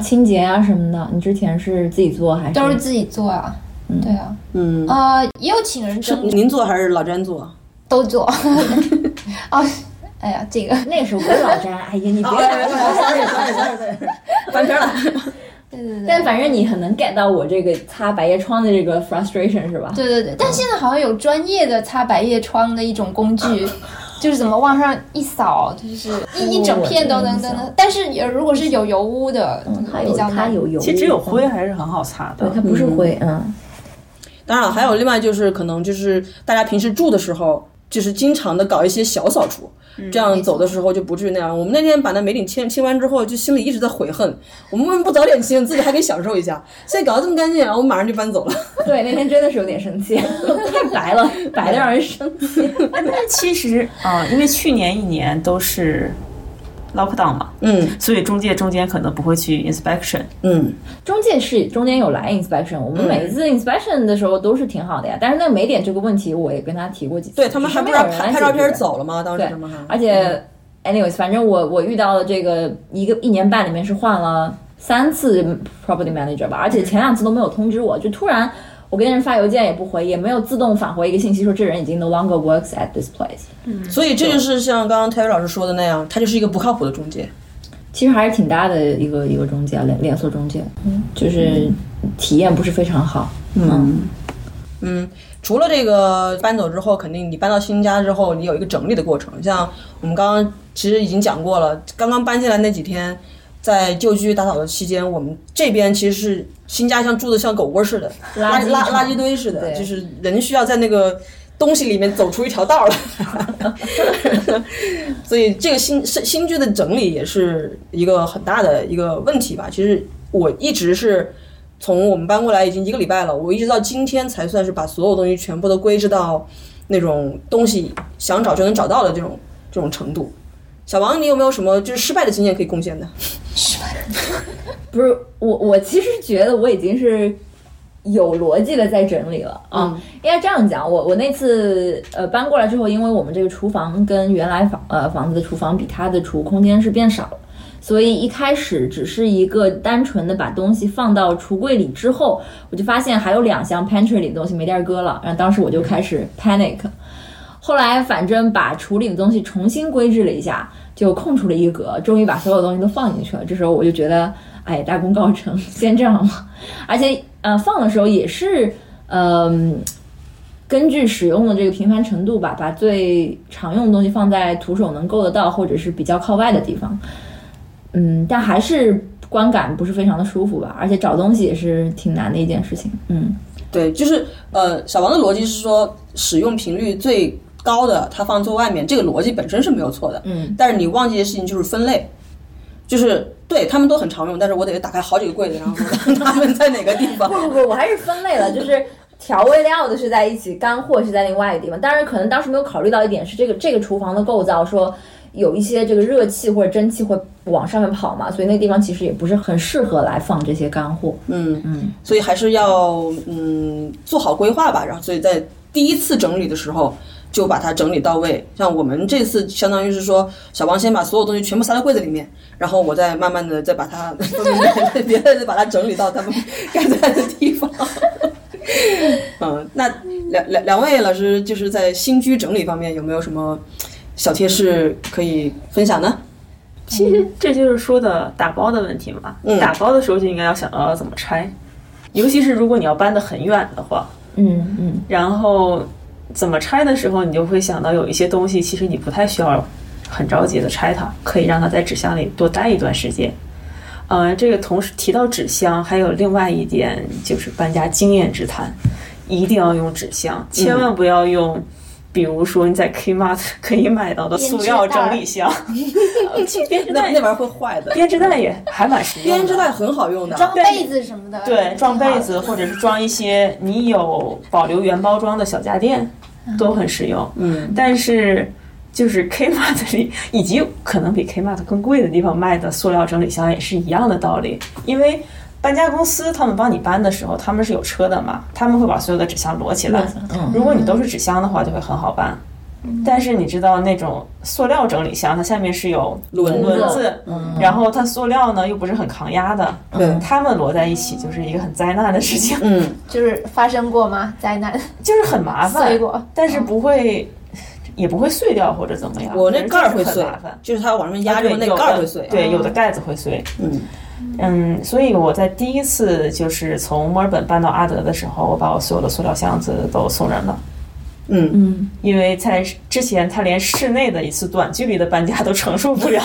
清洁啊什么的，你之前是自己做还是？
都是自己做啊。对啊，
嗯，
呃，也有请人
是
做，
您做还是老詹做？
都做。哦，哎呀，这个，
那时候我老詹，哎呀，你别
哦
老
哎哎哎哎哎哎翻篇了。
对对对。
但反正你很能 get 到我这个擦百叶窗的这个 frustration 是吧？
对对对，但现在好像有专业的擦百叶窗的一种工具，就是怎么往上一扫，就是一一整片都能都
我这个印象
能。但是也如果是有油污的，
嗯，它
比
有
较
它
难。
有油，
其实只有灰，啊还是很好擦
对，
的
它。不是灰，嗯，
当然了，还有另外就是可能就是大家平时住的时候，就是经常的搞一些小扫除，这样走的时候就不至于那样。我们那天把那梅顶清清完之后，就心里一直在悔恨，我们为什么不早点清，自己还可以享受一下？现在搞得这么干净，然后我们马上就搬走了。
对，那天真的是有点生气， 太白了，白的让人生气。
其实啊、因为去年一年都是 lockdown 嘛，
嗯
所以中介中间可能不会去 inspection。
嗯，
中介是中间有来 inspection，我们每一次 inspection 的时候都是挺好的呀。但是那个美点这个问题，我也跟他提过几 次，
对他们还不
没
让
有人来
拍
啊解
拍照
决
片。走了吗？当时
对
他们还，
而且 anyways，反正我我遇到的这个一个一年半里面是换了三次 property manager 吧，而且前两次都没有通知我，就突然我跟人发邮件也不回，也没有自动返回一个信息说这人已经 no longer works at this place。
所以这就是像刚刚泰瑞老师说的那样，他就是一个不靠谱的中介。
其实还是挺大的一个一个中介连连锁中介，嗯就是体验不是非常好。嗯，
嗯，除了这个搬走之后，肯定你搬到新家之后，你有一个整理的过程。像我们刚刚其实已经讲过了，刚刚搬进来那几天，在旧居打扫的期间，我们这边其实是新家像住的像狗窝似的，
垃
垃
圾
垃
场
垃圾堆似的，
对
就是人需要在那个东西里面走出一条道来。 所以这个新新新居的整理也是一个很大的一个问题吧。其实我一直是从我们搬过来已经一个礼拜了，我一直到今天才算是把所有东西全部都归置到那种东西想找就能找到的这种这种程度。小王，你有没有什么就是失败的经验可以贡献的？
不是我，我其实觉得我已经是有逻辑的在整理了啊。应该这样讲，我我那次呃搬过来之后，因为我们这个厨房跟原来房呃房子的厨房比，它的储物空间是变少了。所以一开始只是一个单纯的把东西放到橱柜里之后，我就发现还有两箱 pantry 里的东西没地儿搁了，然后当时我就开始 panic。后来反正把处理的东西重新规制了一下，就空出了一格，终于把所有东西都放进去了。这时候我就觉得，哎，大功告成，先这样吧。而且，呃，放的时候也是，嗯、根据使用的这个频繁程度吧，把最常用的东西放在徒手能够得到或者是比较靠外的地方。嗯，但还是观感不是非常的舒服吧，而且找东西也是挺难的一件事情。嗯，
对，就是呃，小王的逻辑是说，使用频率最高的它放最外面，这个逻辑本身是没有错的。
嗯，
但是你忘记的事情就是分类，就是对他们都很常用，但是我得打开好几个柜子，然后看他们在哪个地方。
不不，我还是分类了，就是调味料的是在一起，干货是在另外一个地方。当然，可能当时没有考虑到一点是这个这个厨房的构造，说有一些这个热气或者蒸汽会往上面跑嘛，所以那个地方其实也不是很适合来放这些干货。
嗯
嗯，
所以还是要嗯做好规划吧。然后，所以在第一次整理的时候就把它整理到位。像我们这次，相当于是说，小王先把所有东西全部塞到柜子里面，然后我再慢慢的再把它别的再把它整理到他们该在的地方。嗯，那两两两位老师就是在新居整理方面有没有什么小贴士可以分享呢？
其实这就是说的打包的问题嘛。
嗯
打包的时候就应该要想到要怎么拆，尤其是如果你要搬得很远的话，
嗯嗯，
然后怎么拆的时候，你就会想到有一些东西其实你不太需要很着急的拆它，可以让它在纸箱里多待一段时间。呃，这个同时提到纸箱，还有另外一点就是搬家经验之谈，一定要用纸箱，千万不要用。比如说你在 Kmart 可以买到的塑料整理箱，呃其实编织
那
袋
那玩意儿会坏的，
编织袋也还蛮实用的。
编织袋很好用的，
装被子什么的，
对，装
挺好
被子或者是装一些你有保留原包装的小家电，都很实用。
嗯，
但是就是 Kmart 里以及可能比 Kmart 更贵的地方卖的塑料整理箱也是一样的道理，因为。搬家公司他们帮你搬的时候，他们是有车的嘛，他们会把所有的纸箱摞起来。嗯如果你都是纸箱的话，就会很好搬。但是你知道那种塑料整理箱，它下面是有
轮
轮
子
子，然后它塑料呢又不是很抗压的，
嗯对
它们摞在一起就是一个很灾难的事情，
嗯。
就是发生过吗？灾难
就是很麻烦
碎，过，
但是不会，也不会碎掉或者怎么样。
我那盖儿会
就是
碎
很麻烦，啊
就是它往上面压着
对
那
有
盖儿
的
会碎。啊
对，有的盖子会碎。
嗯
嗯，所以我在第一次就是从墨尔本搬到阿德的时候，我把我所有的塑料箱子都送人了。
嗯，
嗯，
因为在之前，他连室内的一次短距离的搬家都承受不了。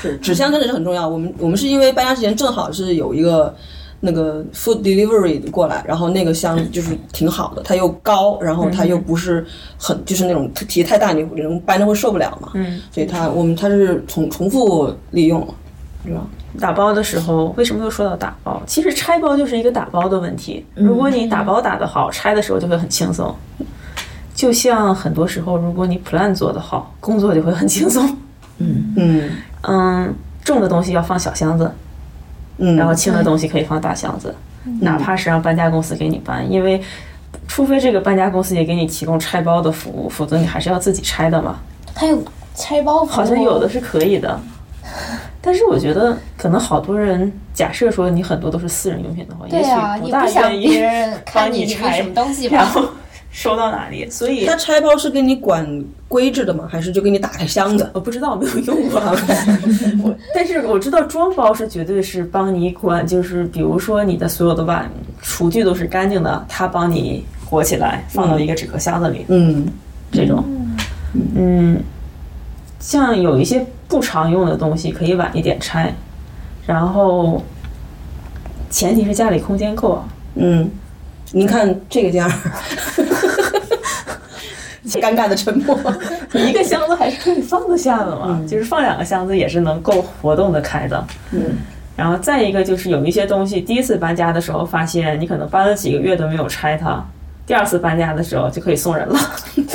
是纸箱真的是很重要。我们我们是因为搬家之前正好是有一个那个 food delivery 过来，然后那个箱就是挺好的，它又高，然后它
嗯
又不是很就是那种体积太大，你你能搬着会受不了嘛。
嗯，
所以它我们它是重重复利用，是吧？
打包的时候，为什么又说到打包？其实拆包就是一个打包的问题。如果你打包打得好，拆的时候就会很轻松。就像很多时候，如果你 plan 做得好，工作就会很轻松。
嗯
嗯，重的东西要放小箱子，
嗯，
然后轻的东西可以放大箱子，哪怕是让搬家公司给你搬，因为除非这个搬家公司也给你提供拆包的服务，否则你还是要自己拆的嘛。
还有拆包服务
好像有的是可以的，但是我觉得可能好多人假设说你很多都是私人用品的话，
对啊，
也许
也
大
不想
愿
别
意
人看你
帮你
里
拆
面什么东西
然
吧？
后 收到哪里，所以
它拆包是给你管规制的吗？还是就给你打开箱 子？
我哦不知道，我没有用 过。我但是我知道装包是绝对是帮你管，就是比如说你的所有的碗、厨具都是干净的，它帮你裹起来，放到一个纸壳箱子里，
嗯
这种。嗯，像有一些不常用的东西可以晚一点拆，然后前提是家里空间够啊。
嗯，您看这个价儿， 尴尬的沉默。
一个箱子还是可以放得下的嘛，就是放两个箱子也是能够活动的开的。嗯，然后再一个就是有一些东西，第一次搬家的时候发现你可能搬了几个月都没有拆它，第二次搬家的时候就可以送人了。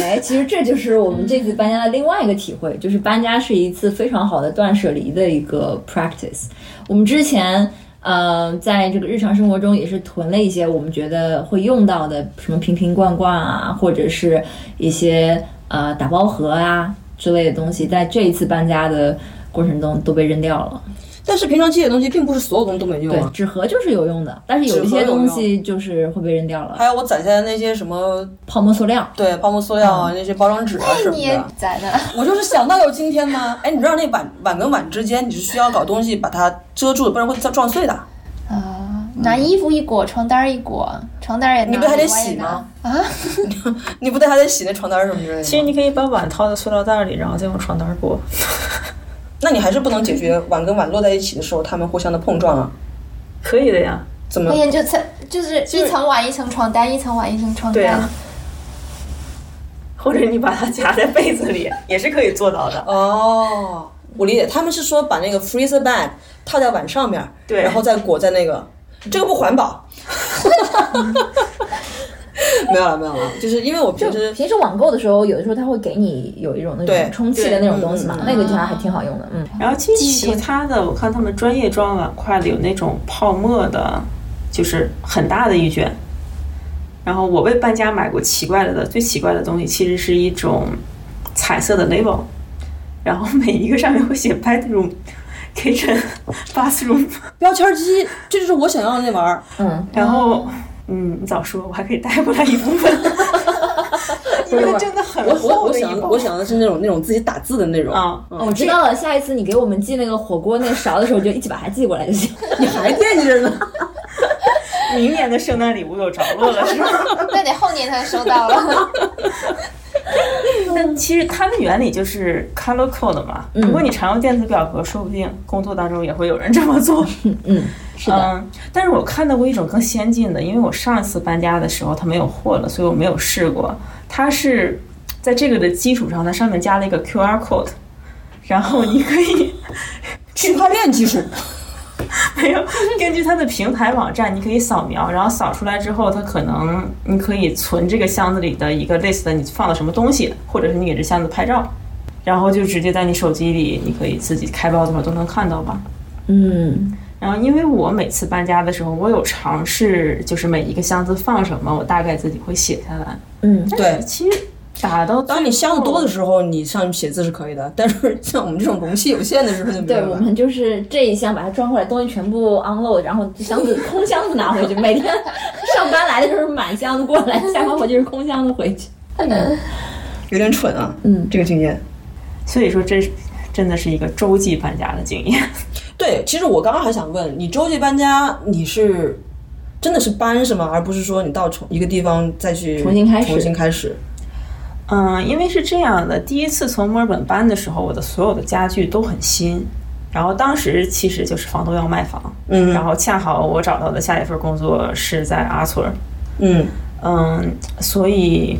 哎，其实这就是我们这次搬家的另外一个体会，就是搬家是一次非常好的断舍离的一个 practice。我们之前。呃，在这个日常生活中也是囤了一些我们觉得会用到的，什么瓶瓶罐罐啊，或者是一些呃打包盒啊之类的东西，在这一次搬家的过程中都被扔掉了。
但是平常积累的东西，并不是所有东西都没用
对，
啊。
纸盒就是有用的，但是
纸
有一
盒
些
有用
东西就是会被扔掉了
还，有我攒下的那些什么，
泡沫塑料。
对泡沫塑料啊，那些包装纸啊什么
哎你也
的，
在那，
我就是想到有今天吗？哎，你知道那碗碗跟碗之间，你是需要搞东西把它遮住，不然会撞碎的。
啊，拿衣服一裹，床单一裹，床单也拿，
你不还得
我也
洗
拿
吗？
啊，
你不对，还得洗那床单什么之类的吗。
其实你可以把碗套在塑料袋里，然后再用床单裹。
那你还是不能解决碗跟碗落在一起的时候，它们互相的碰撞啊，
可以的呀，
怎么
那？天就层就是
就是
一层碗一层床单，一层碗一层床
对啊呀、
单，
或者你把它夹在被子里也是可以做到的。
哦，我理解，他们是说把那个 freezer bag 套在碗上面儿，
对
然后再裹在那个，这个不环保。 没有了，没有了，就是因为我平时
嗯平时网购的时候，有的时候它会给你有一种那
对
种充气的那种
对
东西嘛
嗯，
那个就还还挺好用的。嗯，
然后其其他的，我看他们专业装碗筷的有那种泡沫的，就是很大的一卷。然后我为搬家买过奇怪的，最奇怪的东西其实是一种彩色的 label，然后每一个上面会写 bedroom、kitchen、bathroom，
标签机，这就是我想要的那玩意儿。
然后。嗯，你早说，我还可以带回来一部分，因为真的很
我我
厚
我
的一
想
包
我想的是那种那种自己打字的那种。
啊，
哦我知道了，下一次你给我们寄那个火锅那勺的时候，就一起把它寄过来就行。
你还惦记着呢？
明年的圣诞礼物有着落了，是吧？
那得后年才收 到了。
但其实它的原理就是 color code 嘛。
嗯
如果你常用电子表格，说不定工作当中也会有人这么做。
嗯，是的，
嗯，但是我看到过一种更先进的，因为我上一次搬家的时候它没有货了，所以我没有试过。它是在这个的基础上，它上面加了一个 QR code，然后你可以
区块链技术，
没有 根据它的平台网站，你可以扫描，然后扫出来之后，它可能你可以存这个箱子里的一个 list，你放了什么东西，或者是你给这箱子拍照，然后就直接在你手机里，你可以自己开包的时候都能看到吧。
嗯，
然后，因为我每次搬家的时候，我有尝试，就是每一个箱子放什么，我大概自己会写下来。
嗯，
对。
其实打到
当你箱子多的
时
时候，你上去写字是可以的，但是像我们这种容器有限的时候就没
对，
有
我
了。
们就是这一箱把它装回来，东西全部 unload，然后箱子空箱子拿回去，每天上班来的就是满箱子过来，下班回去是空箱子回去。
有点蠢啊，
嗯，
这个经验。
候，所以说这是真的是一个洲际搬家的经验。
对，其实我刚刚还想问你，洲际搬家你是真的是搬是吗？而不是说你到重一个地方再去
重新开始
重新开始。
嗯，因为是这样的，第一次从墨尔本搬的时候，我的所有的家具都很新。然后当时其实就是房东要卖房，
嗯
然后恰好我找到的下一份工作是在阿村儿，
嗯，
嗯，所以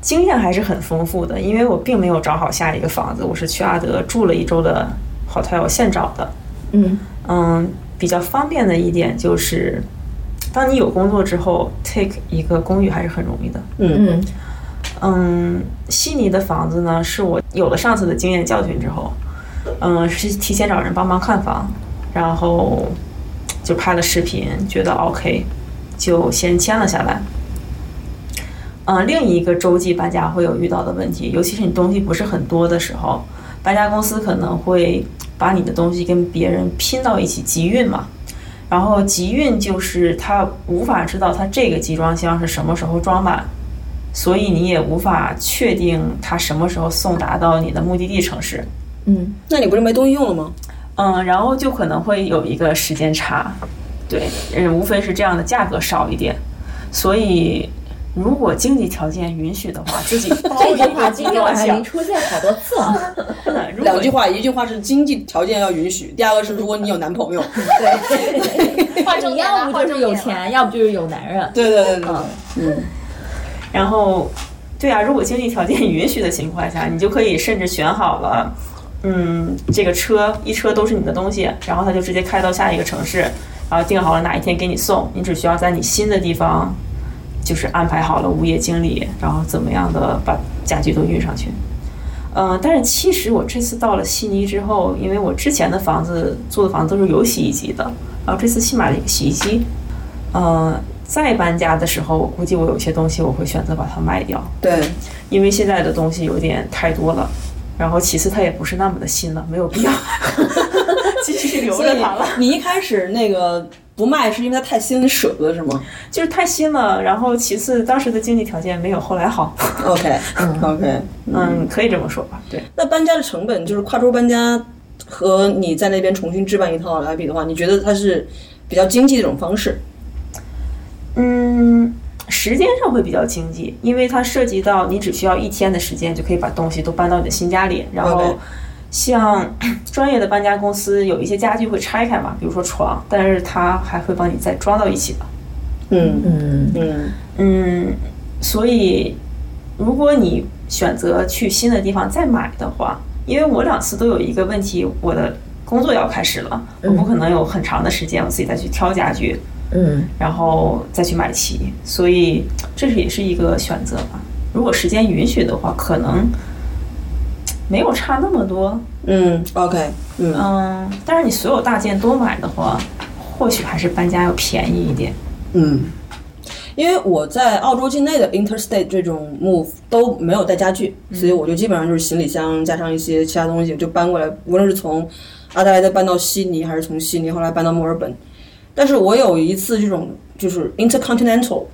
经验还是很丰富的，因为我并没有找好下一个房子，我是去阿德住了一周的 hotel 现找的。
嗯
嗯，比较方便的一点就是，当你有工作之后，take 一个公寓还是很容易的。
嗯
嗯，悉尼的房子呢，是我有了上次的经验教训之后，嗯，是提前找人帮忙看房，然后就拍了视频，觉得 OK，就先签了下来。嗯，另一个洲际搬家会有遇到的问题，尤其是你东西不是很多的时候，搬家公司可能会把你的东西跟别人拼到一起集运嘛。然后集运就是他无法知道他这个集装箱是什么时候装满，所以你也无法确定它什么时候送达到你的目的地城市。
嗯
那你不是没东西用了吗？
嗯，然后就可能会有一个时间差，对，嗯，无非是这样的价格少一点。所以，如果经济条件允许的话，自己包
这
一
句
个
话今天晚上已经
想，
出现好多次了。
真的，如
两
果
句话，一句话是经济条件要允许，第二个是如果你有男朋友。
画重
你
点了
要不就是有，钱，要不就是有男人。
对对对对对，
然后，对啊，如果经济条件允许的情况下，你就可以甚至选好了，嗯，这个车一车都是你的东西，然后他就直接开到下一个城市，然后定好了哪一天给你送，你只需要在你新的地方，就是安排好了物业经理，然后怎么样的把家具都运上去。嗯，但是其实我这次到了悉尼之后，因为我之前的房子租的房子都是有洗衣机的，然后这次新买了一个洗衣机，呃，再搬家的时候，我估计我有些东西我会选择把它卖掉，
对，
因为现在的东西有点太多了。然后其次它也不是那么的新了，没有必要 继续留
所以
着它了，
你一开始那个不卖是因为它太新，你舍不得是吗
就是太新了。然后其次当时的经济条件没有后来好，
？OK OK，
嗯，可以这么说吧，对。
那搬家的成本就是跨州搬家和你在那边重新置办一套来比的话，你觉得它是比较经济的一种方式？
嗯，时间上会比较经济，因为它涉及到你只需要一天的时间就可以把东西都搬到你的新家里。然后
OK
像专业的搬家公司，有一些家具会拆开嘛，比如说床，但是它还会帮你再装到一起的。
嗯
嗯
嗯
嗯，所以如果你选择去新的地方再买的话，因为我两次都有一个问题，我的工作要开始了，我不可能有很长的时间我自己再去挑家具。
嗯，
然后再去买齐。所以这是也是一个选择吧。如果时间允许的话，可能没有差那么多。
嗯，OK，嗯，
嗯，但是你所有大件都买的话，或许还是搬家要便宜一点。
嗯，因为我在澳洲境内的 interstate 这种 move 都没有带家具，所以我就基本上就是行李箱加上一些其他东西就搬过来，无论是从阿德莱德搬到悉尼，还是从悉尼后来搬到墨尔本。但是我有一次这种就是 intercontinental，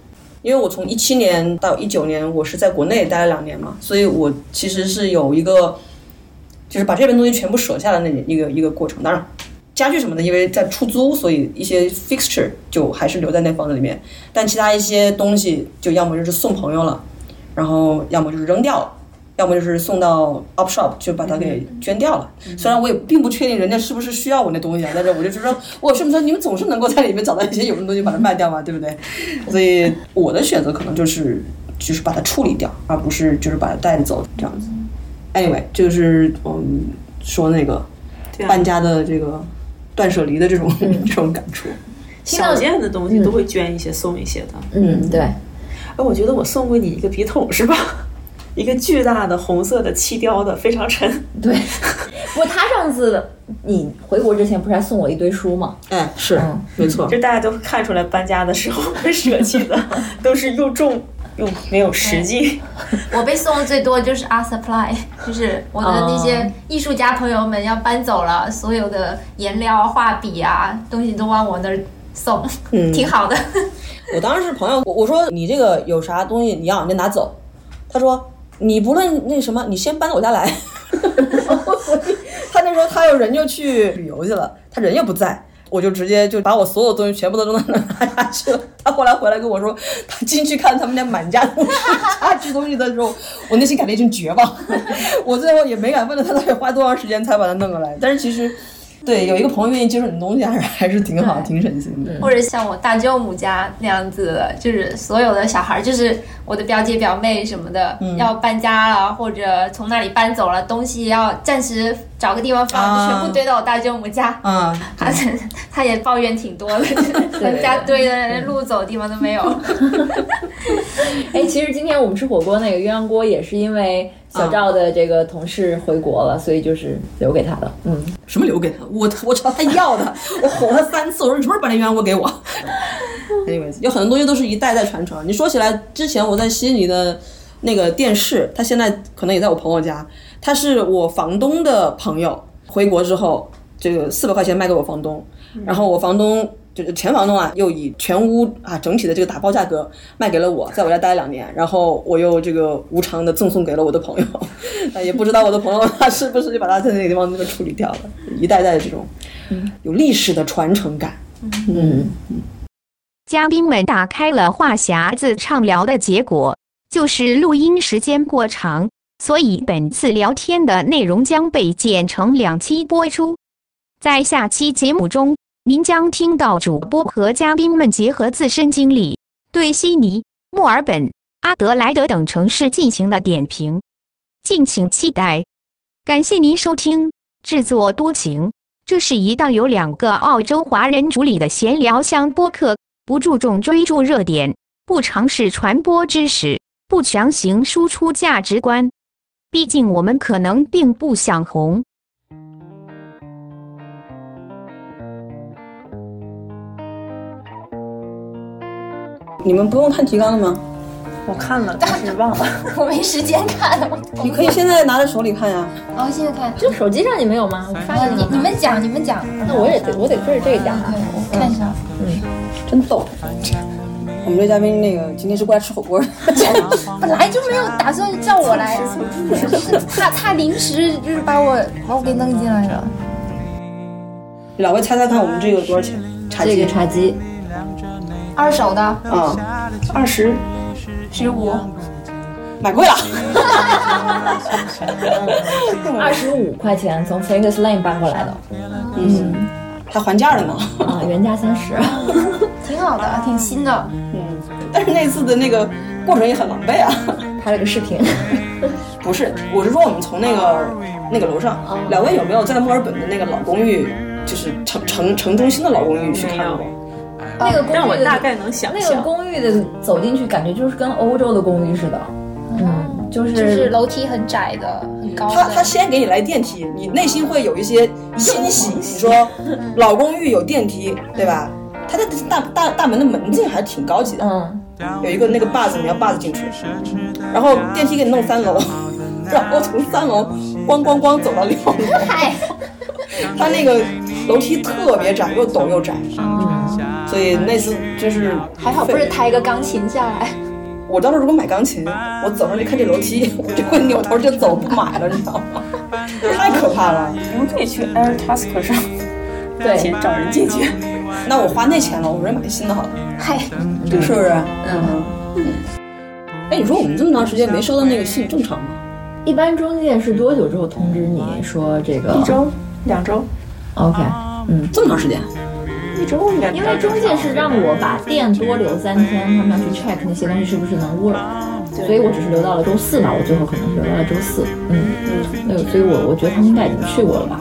因为我从一七年到一九年我是在国内待了两年嘛，所以我其实是有一个就是把这边东西全部舍下的那一个一个过程。当然，家具什么的，因为在出租，所以一些 fixture 就还是留在那房子里面，但其他一些东西就要么就是送朋友了，然后要么就是扔掉了。要么就是送到 op shop 就把它
嗯
给捐掉了，虽然我也并不确定人家是不是需要我那东西啊，但是我就觉得我是不是你们总是能够在里面找到一些有用的东西把它卖掉嘛，对不对？所以我的选择可能就是就是把它处理掉，而不是就是把它带着走这样子。Anyway，就是嗯说那个
对啊
搬家的这个断舍离的这种、 这种感触。
小件的东西都会捐一些、送一些的。
嗯，对，
哎，我觉得我送过你一个笔筒是吧？ 一个巨大的红色的漆雕的，非常沉。
对。不过他上次你回国之前不是还送我一堆书 吗？
哎，是、
嗯
没错，
就大家都看出来，搬家的时候会舍弃 的都是又重又没有实际。
我被送的最多就是 Art Supply，就是我的那些艺术家朋友们要搬走了，所有的颜料啊、画笔啊东西都往我那儿送，
嗯
挺好的。
我当时是朋友，我我说你这个有啥东西你要你就拿走，他说你不论那什么，你先搬到我家来。 他那时候他又人就去旅游去了，他人也不在，我就直接就把我所有东西全部都扔到那拿下去了。他后来回来跟我说，他进去看他们家满家都是家具东西的时候，我内心感到一阵绝望。 我最后也没敢问了他到底花多长时间才把它弄过来，但是其实。对，有一个朋友愿意接受你的东西，还是还是挺好，挺省心的。
或者像我大舅母家那样子的，就是所有的小孩儿，就是我的表姐表妹什么的，要搬家了或者从那里搬走了，东西要暂时找个地方放，
啊
就全部堆到我大舅母家。
啊、
他他也抱怨挺多的，人家堆的连路走的地方都没有。
哎，其实今天我们吃火锅那个鸳鸯锅也是因为小赵的这个同事回国了，所以就是留给他的。嗯，
什么留给他？我我操，他要的，我吼他三次，我说你什么时候把那鸳鸯锅给我？anyways，有很多东西都是一代代传承。你说起来，之前我在悉尼的那个电视，它现在可能也在我朋友家，它是我房东的朋友回国之后，这个四百块钱卖给我房东，然后我房东。就是前房东啊，又以全屋啊整体的这个打包价格卖给了我，在我家待了两年，然后我又这个无偿的赠送给了我的朋友， 啊也不知道我的朋友他是不是就把他在那个地方那个处理掉了，一代代的这种有历史的传承感。嗯
嘉宾们打开了话匣子畅聊的结果，就是录音时间过长，所以本次聊天的内容将被剪成两期播出。在下期节目中，您将听到主播和嘉宾们结合自身经历，对悉尼、墨尔本、阿德莱德等城市进行的点评，敬请期待。感谢您收听，制作多情。这是一档由两个澳洲华人主理的闲聊向播客，不注重追逐热点，不尝试传播知识，不强行输出价值观。毕竟我们可能并不想红。
你们不用看提纲了吗？
哎
我看了，但是忘了。
我没时间看了，我
你可以现在拿在手里看呀。
然后现在看，
就手机上你们有吗？我发
啊，
给
你你们讲，你们讲，
那我也得我得追着这个讲啊。
我看一下。
真逗。我们这嘉宾那个今天是过来吃火 锅的，
本来就没有打算叫我来，就是他他临时就是把我把我给弄进来了。
两位猜猜看我们这个多少钱？茶
这
几
个茶几
二手的
啊，
二十，
十五，
买贵了。
二十五块钱从 f r a n k s Lane 搬过来的，
嗯，还还价了呢。
啊，原价三十。
挺好的，挺新的。
嗯，但是那次的那个过程也很狼狈啊。
拍了个视频，
不是，我是说我们从那个那个楼上，
啊
两位有没有在墨尔本的那个老公寓，就是城城城中心的老公寓去看过？
那个公
让我
寓的
大概能想
那个
象。
公寓的走进去，感觉就是跟欧洲的公寓似的，嗯，就是
就是楼梯很窄的，很高
他他
的。
先给你来电梯，你内心会有一些欣喜。你说老公寓有电梯，对吧？他的大大大门的门禁还挺高级的，
嗯，
有一个那个把子，你要把子进去，然后电梯给你弄三楼，然后从三楼咣咣咣走到六楼，
嗨，
他那个楼梯特别窄，又陡又窄，所以那次真是
还好不是抬个钢琴下来。
我当时如果买钢琴，我走上去看这楼梯，我就会扭头就走，不买了，你知道吗？太可怕了。
我们可以去 Air Task 上花
对
钱， 找人进去。
那我花那钱了，我直接买新的好了，
嗨，
是不是？嗯。哎，你说我们这么长时间没收到那个信，正常吗？
一般中介是多久之后通知你说这个
一周、两周、
？OK，嗯
这么长时间？
一周两周，
因为中介是让我把店多留三天，他们要去 check 那些东西是不是能 work，所以我只是留到了周四嘛，我最后可能是留到了周四，嗯，那个所以我我觉得他们应该已经去过了吧？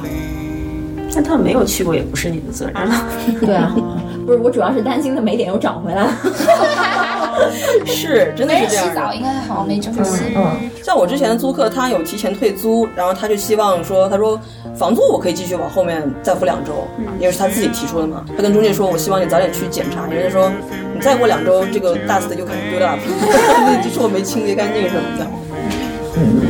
但他们没有去过，也不是你的责任了。
对啊，不是，我主要是担心他没点又涨回来了，
是，真的是
没
这
人 洗
样
澡
的。
应该还好，没中西。
嗯，
像我之前的租客，他有提前退租，然后他就希望说，他说房租我可以继续往后面再付两周，
嗯
因为是他自己提出的嘛。他跟中介说，我希望你早点去检查。人家说，你再过 两周，这个 dust 又开始 build up，你就说我没清洁干净什么的。
嗯